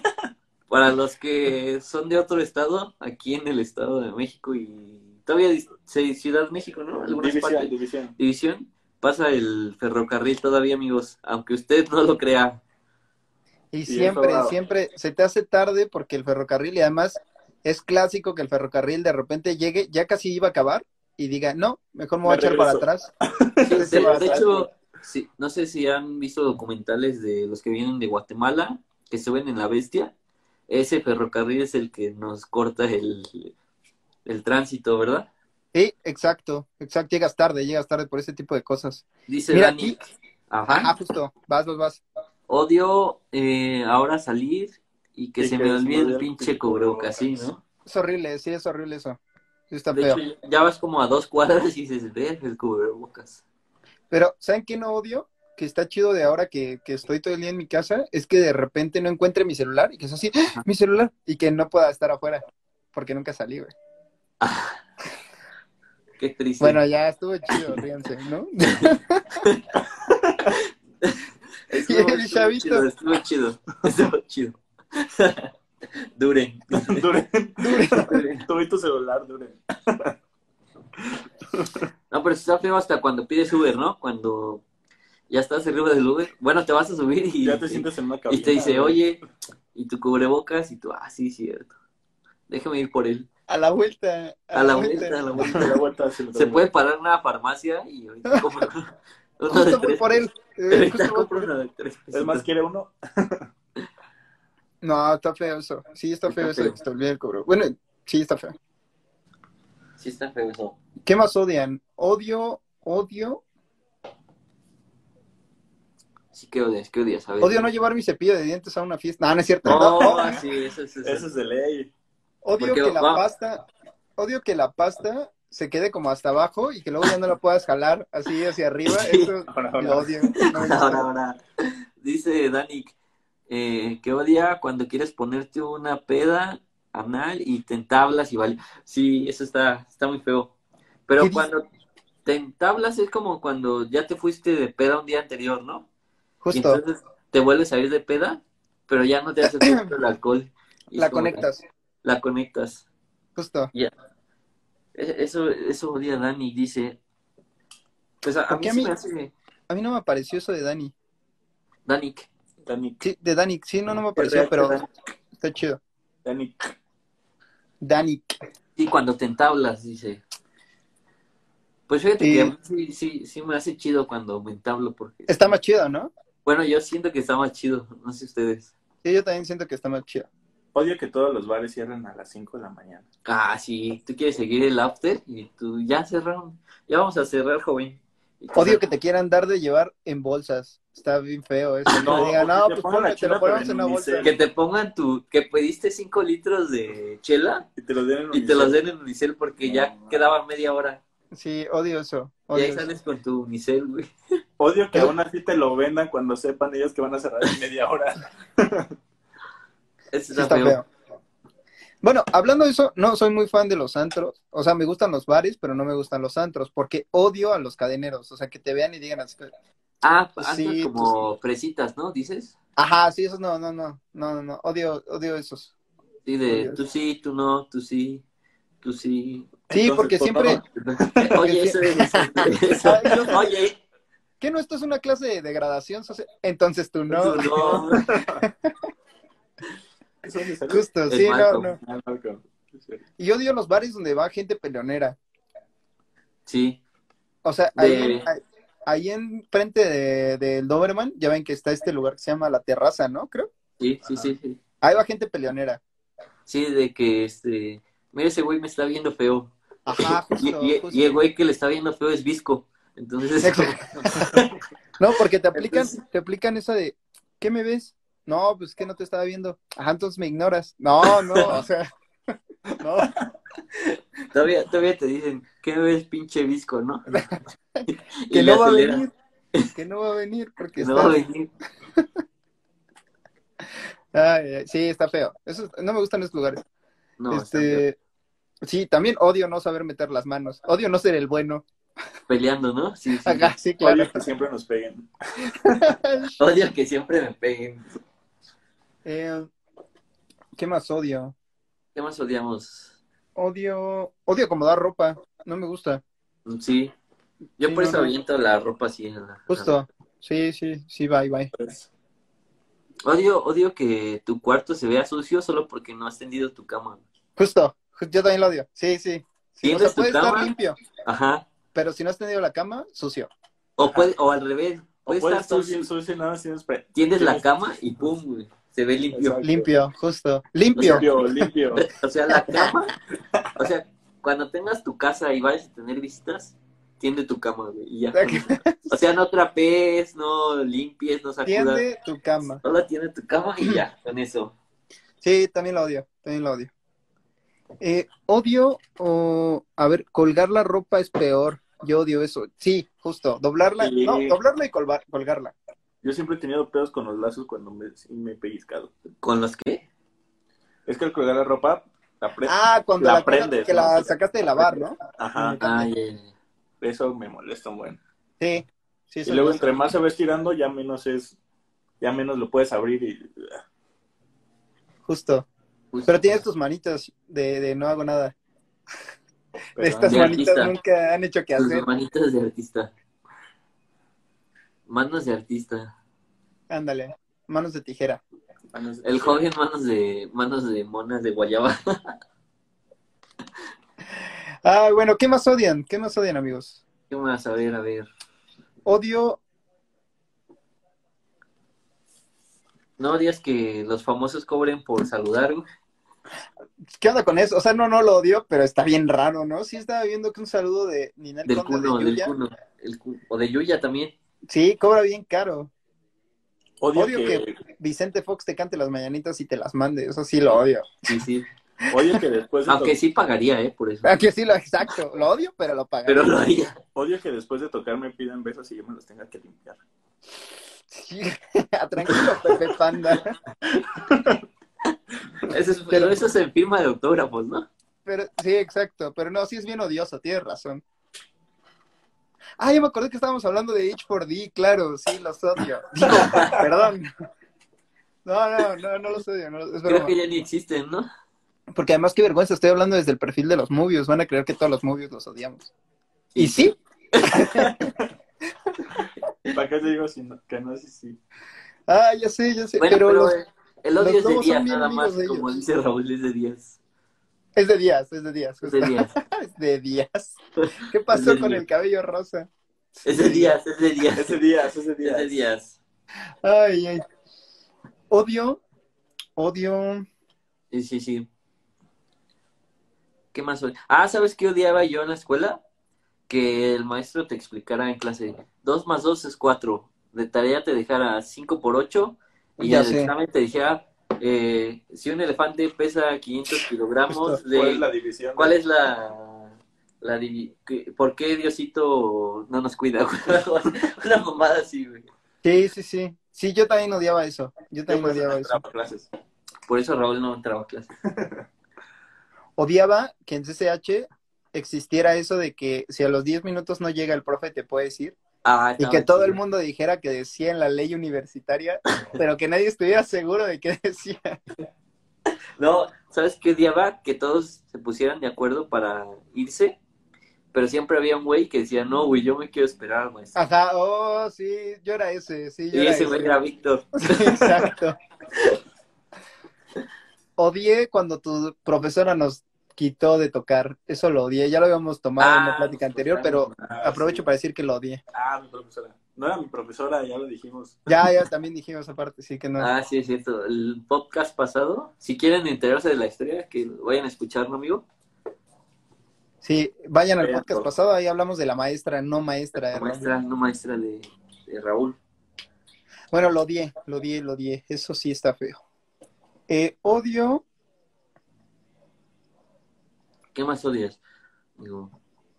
Para los que son de otro estado, aquí en el estado de México y todavía dis- sí, Ciudad de México, ¿no? Algunas División, partes. división. División, pasa el ferrocarril todavía, amigos, aunque usted no lo crea. Y eso siempre, va. siempre se te hace tarde porque el ferrocarril, y además es clásico que el ferrocarril de repente llegue, ya casi iba a acabar, y diga, no, mejor me voy Me a echar para regreso. atrás. De, Sí, de sí. hecho, sí, no sé si han visto documentales de los que vienen de Guatemala, que suben en la bestia. Ese ferrocarril es el que nos corta el, el tránsito, ¿verdad? Sí, exacto, exacto, llegas tarde, llegas tarde por ese tipo de cosas. Dice Mira, Dani. y- Ah, justo, vas, vas, vas. Odio eh, ahora salir y que Y se que me se me olvide olvide el el pinche pinche cobroca, cubrebocas. sí, ¿no? Es horrible, sí, es horrible eso. Sí, está De feo. hecho, ya vas como a dos cuadras y dices, ver el cubrebocas. Pero, ¿saben qué no odio? Que está chido de ahora que, que estoy todo el día en mi casa, es que de repente no encuentre mi celular y que es así, ¡Ah! mi celular, y que no pueda estar afuera, porque nunca salí, güey. Qué triste. Bueno, ya estuvo chido, ríanse, ¿no? estuvo, el estuvo chavito. chido, estuvo chido, estuvo chido. Duren. Duren, Dure. duren. Tú y tu celular, duren. No, pero está feo hasta cuando pides Uber, ¿no? Cuando ya estás arriba del Uber. Bueno, te vas a subir y, Ya te y- sientes en una y cabina. te dice, ¿no? oye, y tu cubrebocas y tú, ah, sí, cierto. Déjame ir por él. A la vuelta. A la vuelta, a la vuelta. Te da vuelta, se me Se da puede parar en una farmacia y ahorita compro uno de Justo voy tres por él. pesos. eh, Ahorita justo voy compro por él. uno de tres Es pesitos. más, quiere uno. No, está feo eso. Sí, está Está feo eso de feo. que se te olvide el cobro. Bueno, sí, está feo. Sí está feo eso. ¿Qué más odian? Odio, odio, Sí que odias, que odias, a ver. odio no llevar mi cepillo de dientes a una fiesta. No, no es cierto. No, así, eso es Eso es de ley. Odio Porque que la va- pasta, odio que la pasta se quede como hasta abajo y que luego ya no la puedas jalar así hacia arriba. Sí. Eso Ahora, lo ahora. odio. No me gusta. Ahora, ahora. Dice Danik eh, que odia cuando quieres ponerte una peda anal y te entablas y vale. Sí, eso está, está muy feo. ¿Qué Pero dice? cuando te entablas es como cuando ya te fuiste de peda un día anterior, ¿no? Y Justo, entonces te vuelves a ir de peda, pero ya no te hace efecto el alcohol. Y es la como que conectas, La conectas. justo. E- Eso, eso odia Dani, dice. Pues a, a ¿Por mí qué a se mí? me hace. A mí no me apareció eso de Dani. Dani, Dani, Sí, de Dani, sí, no, no me real apareció, que pero Dani. está chido. Dani. Dani, sí, cuando te entablas, dice. Pues fíjate Sí. que a mí sí, sí, sí me hace chido cuando me entablo. porque está más chido, ¿no? Bueno, yo siento que está más chido, no sé ustedes. Sí, yo también siento que está más chido. Odio que todos los bares cierran a las 5 de la mañana. Ah, sí, tú quieres seguir el after y tú ya cerraron. Ya vamos a cerrar, joven. Y tú Odio sal- que te quieran dar de llevar en bolsas. Está bien feo eso. Que No, te digan, o que no, te pues pongan la ponme, te chela, lo pero ponemos en en una bolsa. unicel. Que te pongan tu. Que pediste 5 litros de chela Y te los den en Y te los unicel. den en unicel porque ya No, no. quedaba media hora. Sí, odio eso. y Odio ahí eso. sales con tu unicel, güey. Odio que aún así te lo vendan cuando sepan ellos que van a cerrar en media hora. Eso Sí está está, feo. feo. Bueno, hablando de eso, no soy muy fan de los antros. O sea, me gustan los bares, pero no me gustan los antros, porque odio a los cadeneros. O sea, que te vean y digan así. que- Ah, Pues antes sí, como fresitas, ¿no? Dices. Ajá, sí, esos no, no, no, no, no, no. Odio, odio esos. Sí, de Dios. tú sí, tú no, tú sí, tú sí. Sí, Entonces, porque pues, siempre. no. Oye, eso es. eso es- eso. Ay, yo- Oye, ¿Qué no? Esto es una clase de degradación social. Entonces tú no. tú no. Eso es necesario. Justo, El sí, no, Malcolm. no. Ah, Marco. Sí. Y odio los bares donde va gente peleonera. Sí, O sea, ahí, De- en- ahí, ahí enfrente de- del Doberman, ya ven que está este lugar que se llama La Terraza, ¿no? Creo. sí, sí, sí, sí. Ahí va gente peleonera. Sí, de que este. Mira, ese güey me está viendo feo. Ajá, Y, Ah, justo. y- justo. y el güey que le está viendo feo es Visco. Entonces. Exacto. No, porque te aplican, Entonces- te aplican esa de, ¿qué me ves? No, pues que no te estaba viendo. Ajá, entonces me ignoras. No, no, o sea, no. Todavía, todavía te dicen, ¿qué ves, pinche visco, no? Y Que le no va a aceleran. venir. Que no va a venir porque No está... va a venir. Ay, ay, sí, está feo. Eso, no me gustan esos lugares. No, están este, sí, también odio no saber meter las manos. Odio no ser el bueno. peleando, ¿no? Sí, sí. Ajá, sí, claro. Odio que siempre nos peguen. Odio que siempre me peguen. Eh, ¿Qué más odio? ¿Qué más odiamos? Odio, odio acomodar ropa. No me gusta. Sí. Yo Sí, por no, eso no. aviento la ropa así. en la- Justo. Sí, sí, sí, bye, bye. Pues, Odio, odio que tu cuarto se vea sucio solo porque no has tendido tu cama. Justo. ju- Yo también lo odio. Sí, sí. sí o ¿Tienes sea, tu puede estar cama? limpio, Ajá. pero si no has tenido la cama, sucio. O, puede, o al revés. o Puede puedes estar estar sucio, bien sucio y nada, siempre. tiendes la cama y pum, güey, se ve limpio. Exacto. Limpio, justo. Limpio. Limpio, limpio. O sea, la cama, o sea, cuando tengas tu casa y vayas a tener visitas, tiende tu cama, güey, y ya. O sea, no trapees, no limpies, no sacudas. Tiende tu cama. Solo tiende tu cama y ya, con eso. Sí, también lo odio. También lo odio. Eh, odio, o a ver, colgar la ropa es peor. Yo odio eso. Sí, justo. Doblarla. Sí. No, doblarla y colgar, colgarla. Yo siempre he tenido pedos con los lazos cuando me, me he pellizcado. ¿Con los qué? Es que al colgar la ropa, la pre- Ah, cuando Pues, La la, colgas, prendes, que ¿no? la sacaste de lavar, ¿no? Ajá. Ay, eh, Eso me molesta un buen. Sí. Sí, Y eso luego es- entre más se va estirando, ya menos es, ya menos lo puedes abrir y Justo. justo. Pero tienes tus manitas de, de no hago nada. pero- Estas de manitas artista. nunca han hecho que Tus hacer. manitas de artista. Manos de artista. Ándale, manos de tijera. El joven manos de manos de monas de guayaba. Ah, bueno, ¿qué más odian? ¿Qué más odian, amigos? ¿Qué más? A ver, a ver. Odio. No odias que los famosos cobren por saludar, güey. ¿Qué onda con eso? O sea, no, no lo odio, pero está bien raro, ¿no? Sí estaba viendo que un saludo de Ninel Del Conde cuno, de del Yuya. cuno. El cu- o de Yuya también. Sí, cobra bien caro. eh, Odio, Odio que, Vicente Fox te cante las mañanitas y te las mande. Eso sí lo odio. Sí, sí. odio que después de Aunque sí pagaría, ¿eh? Por eso. Aquí sí lo exacto. Lo odio, pero lo pagan. Pero lo haría. to- odio que después de tocar me pidan besos y yo me los tenga que limpiar. Sí. ah, Tranquilo, Pepe Panda. Eso es- pero eso se firma de autógrafos, ¿no? Pero, sí, exacto. Pero no, sí es bien odioso, tienes razón. Ah, ya me acordé que estábamos hablando de H4D, claro, sí, los odio. Digo, perdón. No, no, no, no los odio, no, es Creo broma. que ya ni existen, ¿no? Porque además, qué vergüenza, estoy hablando desde el perfil de los movies, van a creer que todos los movies los odiamos. ¿Y sí? ¿Para qué te digo si no- que no es así? Ah, ya sé, ya sé, Bueno, pero, pero, los- eh, el los odio es de lobos son días, bien nada más, amigos de como ellos. dice Raúl, es de días. es de días, es de días, Es justo. de días. Es de días. ¿Qué Es de pasó con días. el cabello rosa? Es de días, es de días. Ese día, ese Es día. de días. Ay, ay. Odio, odio. Sí, sí, sí. ¿Qué más? odi- Ah, ¿sabes qué odiaba yo en la escuela? Que el maestro te explicara en clase, 2 más 2 es 4, de tarea te dejara 5 por 8 y Ya en el sé. examen te dijera, eh, si un elefante pesa 500 kilogramos, Justo, de, ¿Cuál es la división? ¿cuál es la... la divi- qué- ¿Por qué Diosito no nos cuida? Una mamada así, güey. Sí, sí, sí. Sí, yo también odiaba eso. Yo Yo también por eso no odiaba eso. entraba a clases. Por eso Raúl no entraba a clase. Odiaba que en CCH existiera eso de que si a los 10 minutos no llega el profe te puedes ir Ah, y estaba que todo chido. el mundo dijera que decía en la ley universitaria, pero que nadie estuviera seguro de qué decía. No, ¿sabes qué odiaba? Que todos se pusieran de acuerdo para irse, pero siempre había un güey que decía, no, güey, yo me quiero esperar, maestro. Ajá, oh, sí, yo era ese, sí, yo y era ese güey ese. Ah. era Víctor. Sí, exacto. Odié cuando tu profesora nos quitó de tocar, eso lo odié, ya lo habíamos tomado en la Ah, plática nos anterior, pero cortaron. Ah, aprovecho sí. para decir que lo odié. Ah, mi profesora. No era mi profesora, ya lo dijimos. Ya, ya también dijimos aparte, sí que no. Ah, sí, es cierto. El podcast pasado, si quieren enterarse de la historia, que vayan a escucharlo, amigo. Sí, vayan al Vayan podcast por- pasado, ahí hablamos de la maestra, no maestra. de maestra, no maestra de, de Raúl. Raúl. Bueno, lo odié, lo odié, lo odié. Eso sí está feo. Eh, odio, ¿Qué más odias? Digo,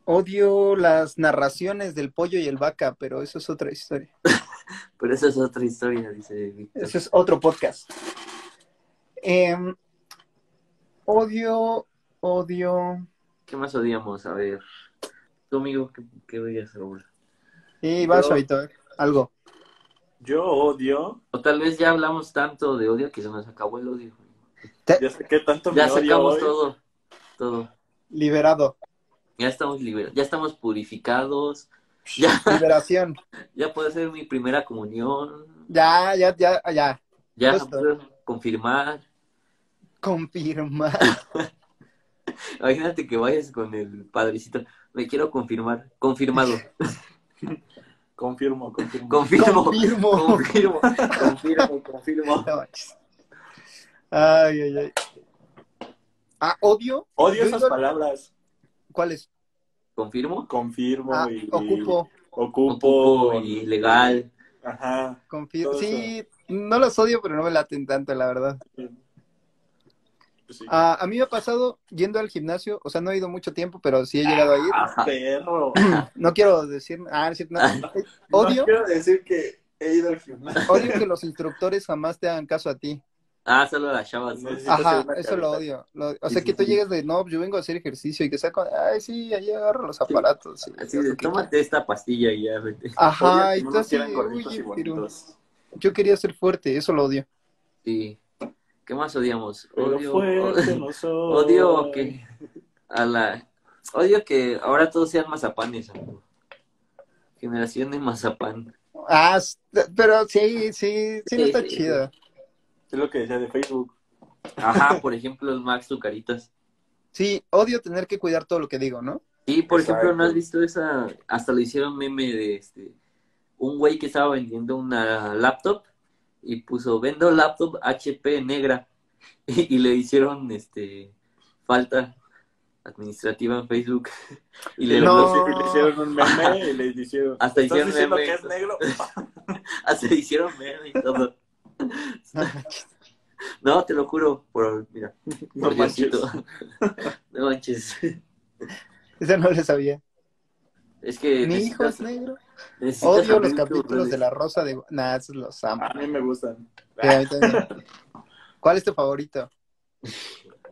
odio las narraciones del pollo y el vaca, pero eso es otra historia. pero esa es otra historia, dice Víctor. Eso es otro podcast. Em, odio, odio. ¿Qué más odiamos? A ver. Tú, amigo, ¿qué, qué odias, Raúl? Y vas, Yo- Chavito, algo. Yo odio, O tal vez ya hablamos tanto de odio que se nos acabó el odio. ya sé que tanto Ya me odio sacamos hoy. todo. Todo. Liberado, Ya estamos liberados. Ya estamos purificados. Ya, liberación. ya puedo hacer mi primera comunión. Ya, ya, ya, ya. Ya Justo. puedo confirmar. Confirma. Imagínate que vayas con el padrecito. Me quiero confirmar. Confirmado. Confirmo, confirmo. Confirmo. Confirmo. Confirmo. Confirmo. Confirmo. No manches. Ay, ay, ay. Ah, odio. Odio Yo esas igual- palabras. ¿Cuál es? Confirmo. Confirmo Ah, y ocupo. Ocupo. y legal. Ajá. Confir- Todo sí, no los odio, pero no me laten tanto, la verdad. Pues sí. Ah, a mí me ha pasado yendo al gimnasio, o sea, no he ido mucho tiempo, pero sí he llegado a ir. Ajá. Perro. No quiero decir, ah, es cierto, no. No odio, quiero decir que he ido al gimnasio. odio que los instructores jamás te hagan caso a ti. Ah, solo las chavas. ¿no? No sé. Necesito Ajá, hacer una eso lo carrera. odio. lo- o Sí, sea, sí, que tú sí. llegues de, no, pues, yo vengo a hacer ejercicio y que saco, ay, sí, ahí agarro los aparatos. y Así haz de, lo que tómate esta pastilla y ya, vete. Ajá, y Odio que tú no nos así, quieran gorditos y "Oye, pero bonitos. yo quería ser fuerte, eso lo odio. Sí. ¿Qué más odiamos? Pero Odio, fuerte no soy. odio que a la odio que ahora todos sean mazapanes, amigo. Generación de mazapán. Ah, s- pero sí, sí, sí, no Sí, está sí, sí. chido. Es lo que decía de Facebook. Ajá, por ejemplo, el Max Zucaritas. Sí, odio tener que cuidar todo lo que digo, ¿no? Sí, por ejemplo, ¿no Exacto. has visto esa? Hasta le hicieron meme de este un güey que estaba vendiendo una laptop y puso vendo laptop HP negra y, y le hicieron este falta administrativa en Facebook y le No. bloquearon. Le hicieron un meme y le hicieron. Hasta ¿Estás hicieron diciendo meme. que es negro? Hasta le hicieron meme y todo. No, te lo juro, por, mira, No por manches. Diosito. No manches. Eso no lo sabía. Es que Mi hijo necesitas- es negro. necesitas Odio los abrir tu capítulos red. de La Rosa de... Nah, esos los Ah. amo. A mí me gustan. Sí, a mí también. ¿Cuál es tu favorito?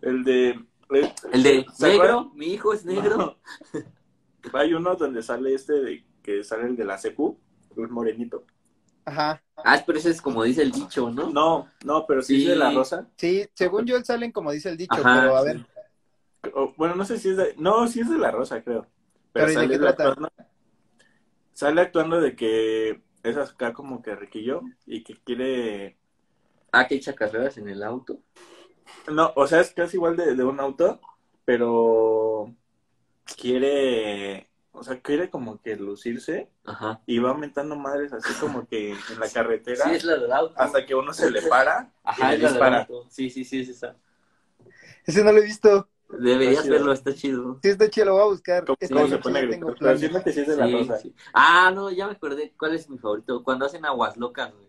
El de. eh, El de ¿Se acuerdan? negro, mi hijo es negro. Hay uno donde sale este de que sale el de la CQ, un morenito. Ajá. Ah, pero ese es como dice el dicho, ¿no? No, no, pero sí, Sí. es de la rosa. Sí, según yo, él salen como dice el dicho, Ajá, pero a sí. ver. O, bueno, no sé si es de. No, sí es de la rosa, creo. Pero, Pero, ¿y de sale, qué trata? actuando, sale actuando de que es acá como que riquillo y que quiere. Ah, que echa carreras en el auto. No, o sea, es casi igual de, de un auto, pero quiere. O sea, quiere como que lucirse Ajá. y va aumentando madres así como que en la carretera. Sí, es la del auto. Hasta que uno se le para Ajá, y es le la del dispara. auto. Sí, sí, sí, es esa. Ese no lo he visto. Deberías Está chido. verlo, está chido. Sí, está chido, lo voy a buscar. ¿Cómo, Esta cómo noche se pone a ya gritar? tengo Pero planes. siento que sí es de la Sí, rosa. sí. Ah, no, ya me acordé. ¿Cuál es mi favorito? Cuando hacen aguas locas, güey.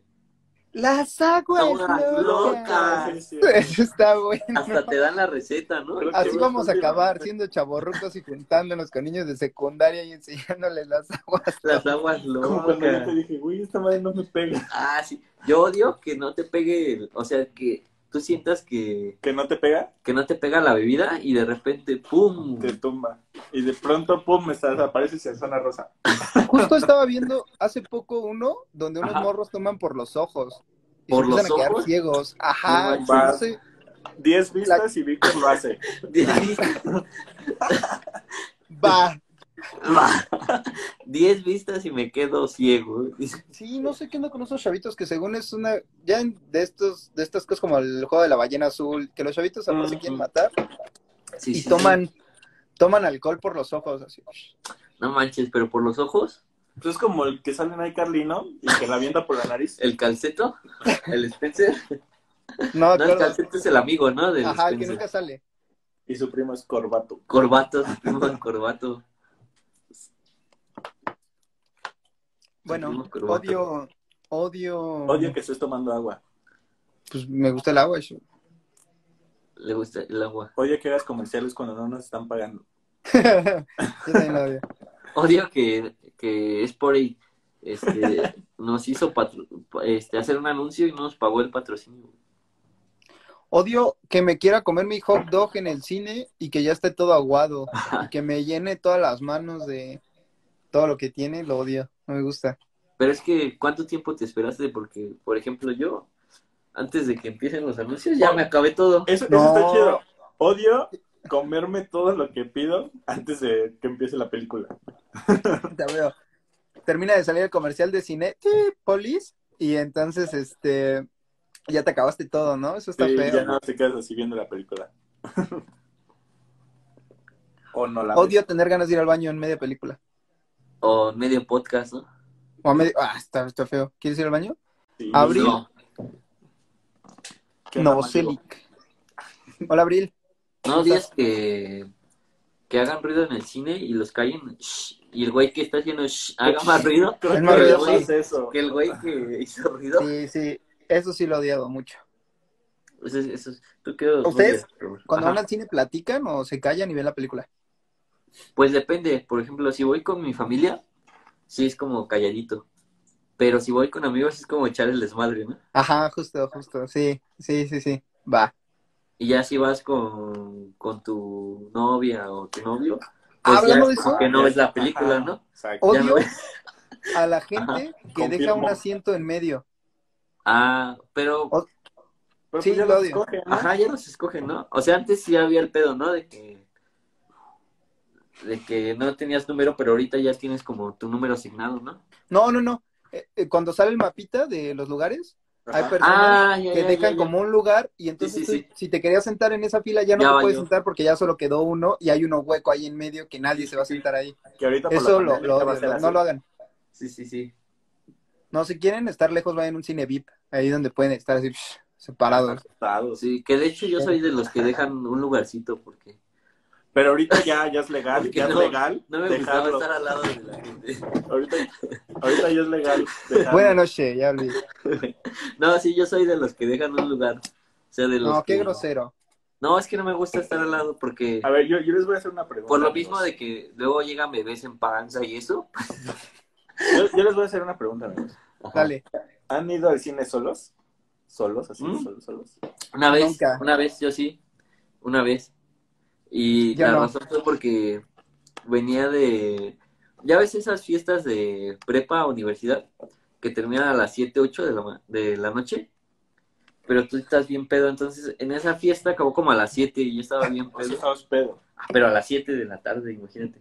Las aguas Aguas locas. locas. Sí, sí, sí. Eso está bueno. Hasta te dan la receta, ¿no? Creo que Así sí, vamos a bastante acabar bien. siendo chavorrucos y juntándonos con niños de secundaria y enseñándoles las aguas. Las aguas Como cuando yo te locas. dije, güey, esta madre no me pega. Ah, sí. Yo odio que no te pegue, el- o sea, que tú sientas que, Que no te pega, que no te pega la bebida y de repente, ¡pum! te tumba. Y de pronto, pum, me estás, apareces en zona rosa. Justo estaba viendo hace poco uno donde unos Ajá. morros toman por los ojos. Y ¿Por se empiezan los a quedar ojos? ciegos. Ajá. No no manches. sé. Diez vistas y Víctor lo hace. Va. Va. Diez vistas y me quedo ciego. Sí, no sé qué onda con esos chavitos que según es una... Ya en- de estos de estas cosas como el juego de la ballena azul, que los chavitos a se Ujú. quieren matar Sí, y sí, toman toman alcohol por los ojos. Así. sí. No manches, pero por los ojos, Entonces, Pues como el que sale en iCarlino y que la avienta por la nariz. el calceto, el Spencer. Ah, No, No, el acuerdo. calceto es el amigo, ¿no? Del Ajá, el que Spencer. nunca sale. Y su primo es Corbato. Corbato, su primo el corbato. Bueno, Sentimos corbato. odio, Odio. Odio que estés tomando agua. Pues me gusta el agua. yo- Le gusta el agua. Odio que hagas comerciales cuando no nos están pagando. Yo también lo odio. Odio que, que Sporey este, nos hizo patro- este, hacer un anuncio y no nos pagó el patrocinio. Odio que me quiera comer mi hot dog en el cine y que ya esté todo aguado. Y que me llene todas las manos de todo lo que tiene. Lo odio. No me gusta. Pero es que, ¿cuánto tiempo te esperaste? Porque, por ejemplo, yo, antes de que empiecen los anuncios, ya me acabé todo. Eso, eso No. está chido. Odio comerme todo lo que pido antes de que empiece la película. Te veo. Termina de salir el comercial de cine. ¡eh, Polis. Y entonces, este. Ya te acabaste todo, ¿no? Eso está Sí, feo. ya no te quedas así viendo la película. o no la ves. Odio tener ganas de ir al baño en media película. O medio podcast, ¿no? O a medio... Ah, está, está feo. ¿Quieres ir al baño? Sí. Abril. No, ¿Qué onda, No, Mario? Celic. Hola, Abril. no digas que, que hagan ruido en el cine y los callen. shh, y el güey que está haciendo shh, haga más ruido. Creo Es que más le ruidoso. pasa eso. Que el güey que hizo ruido. Sí, sí. Eso sí lo he odiado mucho. Eso es- eso es- ¿tú qué odias? ¿Ustedes? Cuando Ajá. van al cine, ¿platican o se callan y ven la película? Pues depende, por ejemplo, si voy con mi familia, sí es como calladito. Pero si voy con amigos es como echar el desmadre, ¿no? Ajá, justo, justo. Sí, sí, sí, sí. Va. Y ya si vas con, con tu novia o tu novio, pues Hablando ya de es como eso- que no ves la película, Ah, Ajá, ¿no? exacto. Ya no Odio ves. a la gente que deja un confirmo. asiento en medio. Ah, pero, O- Pero sí, pues ya lo los odio. escogen, ¿no? ajá, ya los escogen, ¿no? O sea, antes sí había el pedo, ¿no? De que, de que no tenías número, pero ahorita ya tienes como tu número asignado, ¿no? No, no, no. Eh, eh, cuando sale el mapita de los lugares, hay Ajá. personas Ah, ya, que ya, dejan ya, ya. como un lugar y entonces Sí, sí, tú, sí. si te querías sentar en esa fila ya no Ya te puedes valió. sentar porque ya solo quedó uno y hay uno hueco ahí en medio que nadie se va a sentar ahí. Que ahorita por la Eso lo, pandemia lo va a odio, ser no, así. no lo hagan. Sí, sí, sí. No, si quieren estar lejos, vayan a un cine VIP, ahí donde pueden estar así psh, separados. Asustados. Sí, que de hecho yo soy de los que dejan un lugarcito porque Pero ahorita ya, ya es legal, Porque ya es no- legal no me gustaba dejarlo. estar al lado de la gente. Ahorita, ahorita ya es legal dejarlo. Buenas noches, ya olvidé. No, sí, yo soy de los que dejan un lugar. O sea, de los No, qué que- grosero. No, es que no me gusta estar al lado porque A ver, yo, yo les voy a hacer una pregunta. por lo amigos. mismo de que luego llegan bebés en panza y eso. Yo, yo les voy a hacer una pregunta, amigos. Ajá. Dale. ¿Han ido al cine solos? ¿Solos? ¿Así? ¿Mm? ¿Solos? ¿Solos? Una vez, Nunca. una vez, yo sí, una vez. Y Yo la no. razón fue porque venía de, ya ves esas fiestas de prepa, universidad, que terminan a las 7, 8 de la, ma- de la noche, pero tú estás bien pedo, entonces en esa fiesta acabó como a las 7 y yo estaba bien O sea, pedo, estabas pedo. Ah, pero a las 7 de la tarde, imagínate.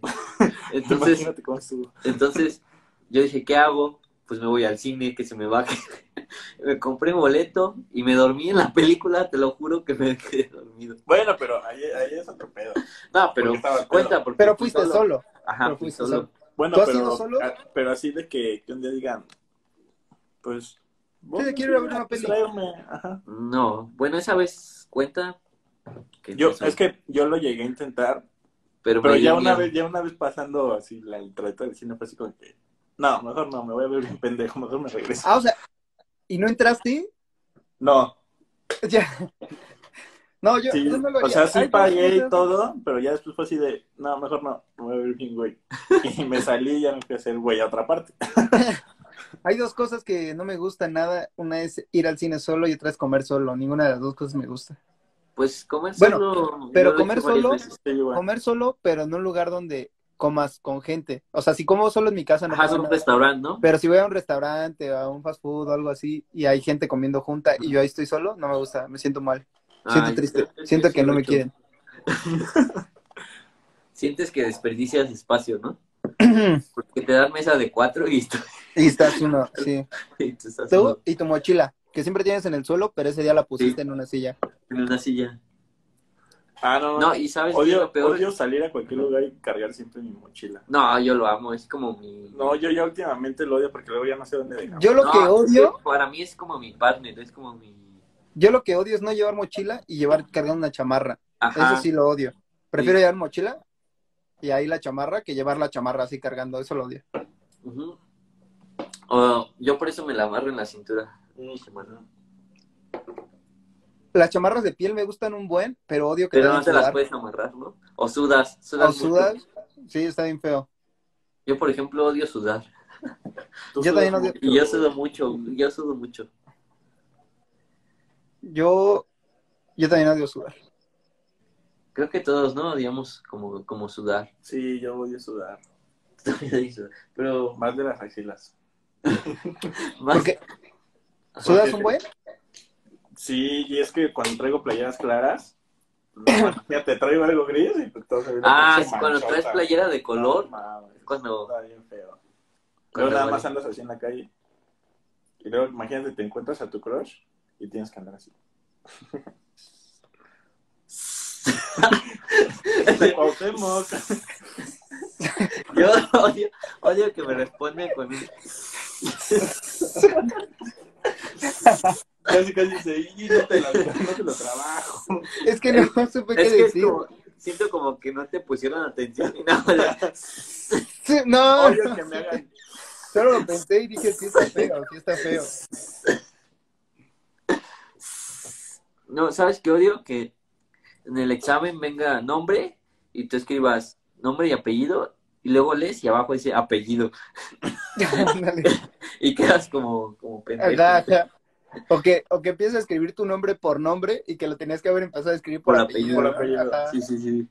Entonces, Imagínate cómo estuvo. entonces yo dije, ¿qué hago? Pues me voy al cine, que se me baje. me compré un boleto y me dormí en la película, te lo juro que me quedé dormido. Bueno, pero ahí, ahí es otro pedo. No, pero Porque estaba cuenta porque Pero fui fuiste solo. Ajá, pero fui fuiste solo. solo. Bueno, ¿Tú has pero, ido solo? a- pero así de que, que un día digan, pues... Sí, quiero ir a ver una peli. distraerme, Ajá. No, bueno, esa vez cuenta que Yo, fui solo, es que yo lo llegué a intentar, pero, pero me ya dio una miedo. vez, ya una vez pasando así la, el trayecto del cine fue así como que, no, mejor no, me voy a ver bien pendejo, mejor me regreso. Ah, o sea, ¿y no entraste? No, Ya. No, yo, sí, yo no lo o sea, haría. sí Ay, no, pagué no, y todo, pero ya después fue así de, no, mejor no, me voy a ver bien güey. Y me salí y ya me fui a hacer güey a otra parte. Hay dos cosas que no me gustan nada. Una es ir al cine solo y otra es comer solo. Ninguna de las dos cosas me gusta. Pues comer Bueno, solo. pero yo lo he comer hecho varias solo- veces. Sí, igual. Comer solo, pero en un lugar donde comas con gente. O sea, si como solo en mi casa no Ajá, pasa en un nada. restaurante, ¿no? Pero si voy a un restaurante o a un fast food o algo así y hay gente comiendo junta y yo ahí estoy solo, no me gusta, me siento mal, siento Ay, triste, es que siento sí que no lo he me hecho. quieren. Sientes que desperdicias espacio, ¿no? Porque te dan mesa de cuatro y, tú- y estás uno, sí. y tú estás Tú y tu mochila, que siempre tienes en el suelo, pero ese día la pusiste Sí. en una silla. en una silla. Ah, no, No, y sabes qué es odio, lo peor. odio salir a cualquier lugar y cargar siempre mi mochila. No, yo lo amo, es como mi. No, yo ya últimamente lo odio porque luego ya no sé dónde dejar. Yo lo No, que odio, es que para mí es como mi partner, es como mi. yo lo que odio es no llevar mochila y llevar cargando una chamarra. Ajá. Eso sí lo odio. Prefiero llevar mochila y ahí la chamarra que llevar la chamarra así cargando, eso lo odio. Ujú. Oh, yo por eso me la amarro en la cintura. Mm, Uy, se me arruinó. Las chamarras de piel me gustan un buen, pero odio que Pero deben no te las sudar. puedes amarrar, ¿no? O sudas. O sudas mucho. sudar, sí, está bien feo. Yo, por ejemplo, odio sudar. Tú Yo sudas también odio- mucho, Y yo güey. sudo mucho, yo sudo mucho. Yo, yo también odio sudar. Creo que todos, ¿no? Odiamos como, como sudar. Sí, yo odio sudar. Pero Más de las axilas. más... Porque- ¿Sudas un buen? Sí, y es que cuando traigo playeras claras, pues, ya te traigo algo gris y pues todo se ve Ah, una pinche sí, cuando traes manchota. playera de color, No mames, cuando- Está bien feo. Luego cuando nada huele. más andas así en la calle. Y luego imagínate, te encuentras a tu crush y tienes que andar así. Te Cuauhtémoc. Yo odio, odio que me responde con un... Casi, casi se y no te la- no te lo trabajo. Es que no supe qué Es que es decir. como- siento como que no te pusieron atención y nada. Sí, no, Odio que me hagan. solo lo pensé y dije, sí está feo, sí está feo. No, ¿sabes qué odio? Que en el examen venga nombre y tú escribas nombre y apellido y luego lees y abajo dice apellido Ándale, y quedas como, como pendejo. ajá, ajá. O que, o que empiezas a escribir tu nombre por nombre y que lo tenías que haber empezado a escribir por, Por apellido. apellido, por apellido, ajá. Sí, sí, sí.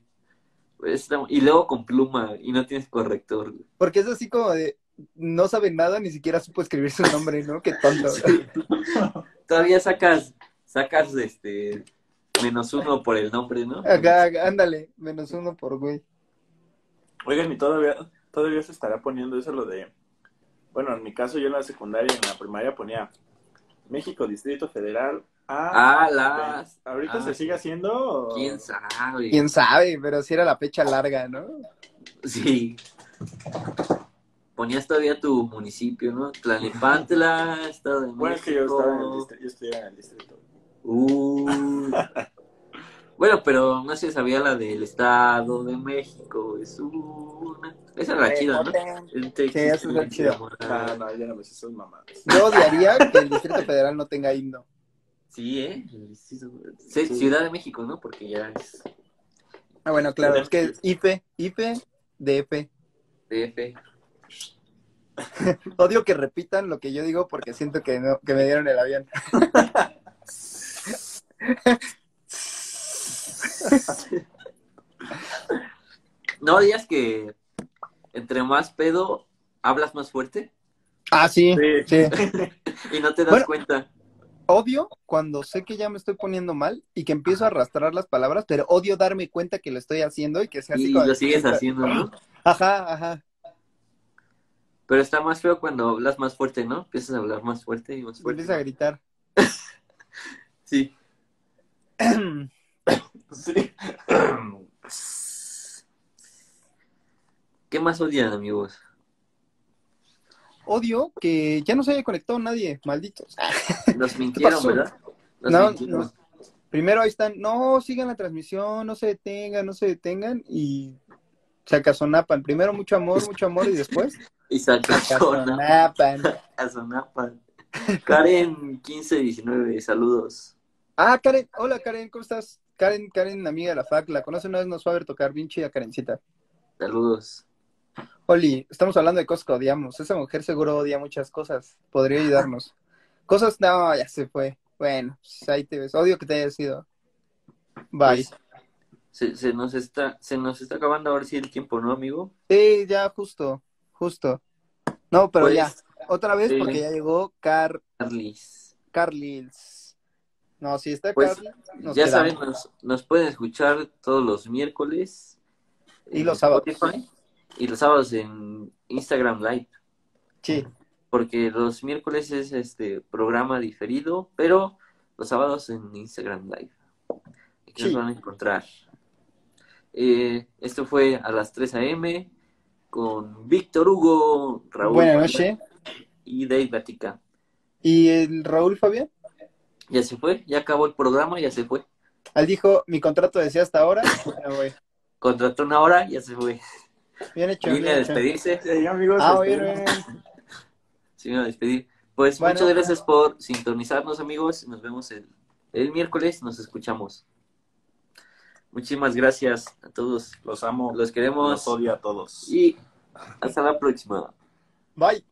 Pues, no, y luego con pluma y no tienes corrector. Porque es así como de, no sabe nada, ni siquiera supo escribir su nombre, ¿no? Qué tonto. Todavía sacas, sacas este menos uno por el nombre, ¿no? Acá, ándale, menos uno por güey. Oigan, y todavía, todavía se estará poniendo eso lo de. Bueno, en mi caso, yo en la secundaria y en la primaria ponía México, Distrito Federal. Ah, Ah, las. ahorita ah, se sigue haciendo. o- ¿Quién sabe? Quién sabe, pero si era la fecha larga, ¿no? Sí. Ponías todavía tu municipio, ¿no? Tlalnepantla, Estado de México. Bueno, es que yo estaba en el distrito. Yo estudiaba en el distrito. Uh. Bueno, pero no se sabía la del Estado de México. Es una... Esa era la chida, Eh, ¿no? En Texas, Eh, Sí, esa es la en chida. No, Guatemala. Ah, no, ya no me sé esas mamadas. Yo odiaría que el Distrito Federal no tenga himno. Sí, ¿eh? Sí, sí, Ciudad de México, ¿no? Porque ya es Ah, bueno, claro, es que IFE, IFE, DF. DF. Odio que repitan lo que yo digo porque siento que, no, que me dieron el avión. ¿No digas que entre más pedo hablas más fuerte Ah, sí. Sí. Sí. y no te das Bueno. cuenta? Odio cuando sé que ya me estoy poniendo mal y que empiezo a arrastrar las palabras, pero odio darme cuenta que lo estoy haciendo y que sea así Y como- lo sigues haciendo, ¿no? Ajá, ajá. Pero está más feo cuando hablas más fuerte, ¿no? Empiezas a hablar más fuerte y más fuerte. Vuelves a gritar. Sí. Sí. ¿Qué más odian, amigos? Odio que ya no se haya conectado nadie, malditos. Nos mintieron, pasó? ¿verdad? Nos No, mintieron. no. Primero ahí están, no, sigan la transmisión, no se detengan, no se detengan y se acasonapan. Primero mucho amor, mucho amor y después Y sacaron acasonapan. a Karen 1519, saludos. Ah, Karen, hola Karen, ¿cómo estás? Karen, Karen, amiga de la FAC, la conoce una vez, nos fue a ver tocar, bien chida Karencita. Saludos. Oli, estamos hablando de cosas que odiamos. Esa mujer seguro odia muchas cosas, podría ayudarnos. Cosas, no, ya se fue. Bueno, pues ahí te ves. Odio que te haya sido. Bye. Pues, se, se nos está, se nos está acabando ahora sí el tiempo, ¿no, amigo? Sí, ya, justo, justo. No, pero Pues, ya, otra vez sí. porque ya llegó Car Carlis. Carlils. No, si está Pues, Carlils, nos ya quedamos. saben, nos, nos pueden escuchar todos los miércoles. Y en los sábados. Spotify, y los sábados en Instagram Live. Sí, Porque los miércoles es este programa diferido, pero los sábados en Instagram Live. Aquí Sí. nos van a encontrar. Eh, esto fue a las 3 a.m. con Víctor Hugo, Raúl buena noche. y Dave Gatica. ¿Y el Raúl Fabián? Ya se fue, ya acabó el programa, ya se fue. Él dijo, mi contrato decía hasta ahora. Me voy. Contrató una hora, ya se fue. Bien hecho. Vine a Bien hecho. despedirse. Sí, amigos. Ah, este, bien, bien. Sí, me voy a despedir. Pues Bueno. muchas gracias por sintonizarnos, amigos. Nos vemos el, el miércoles. Nos escuchamos. Muchísimas gracias a todos. Los amo. Los queremos. Los odio a todos. Y hasta la próxima. Bye.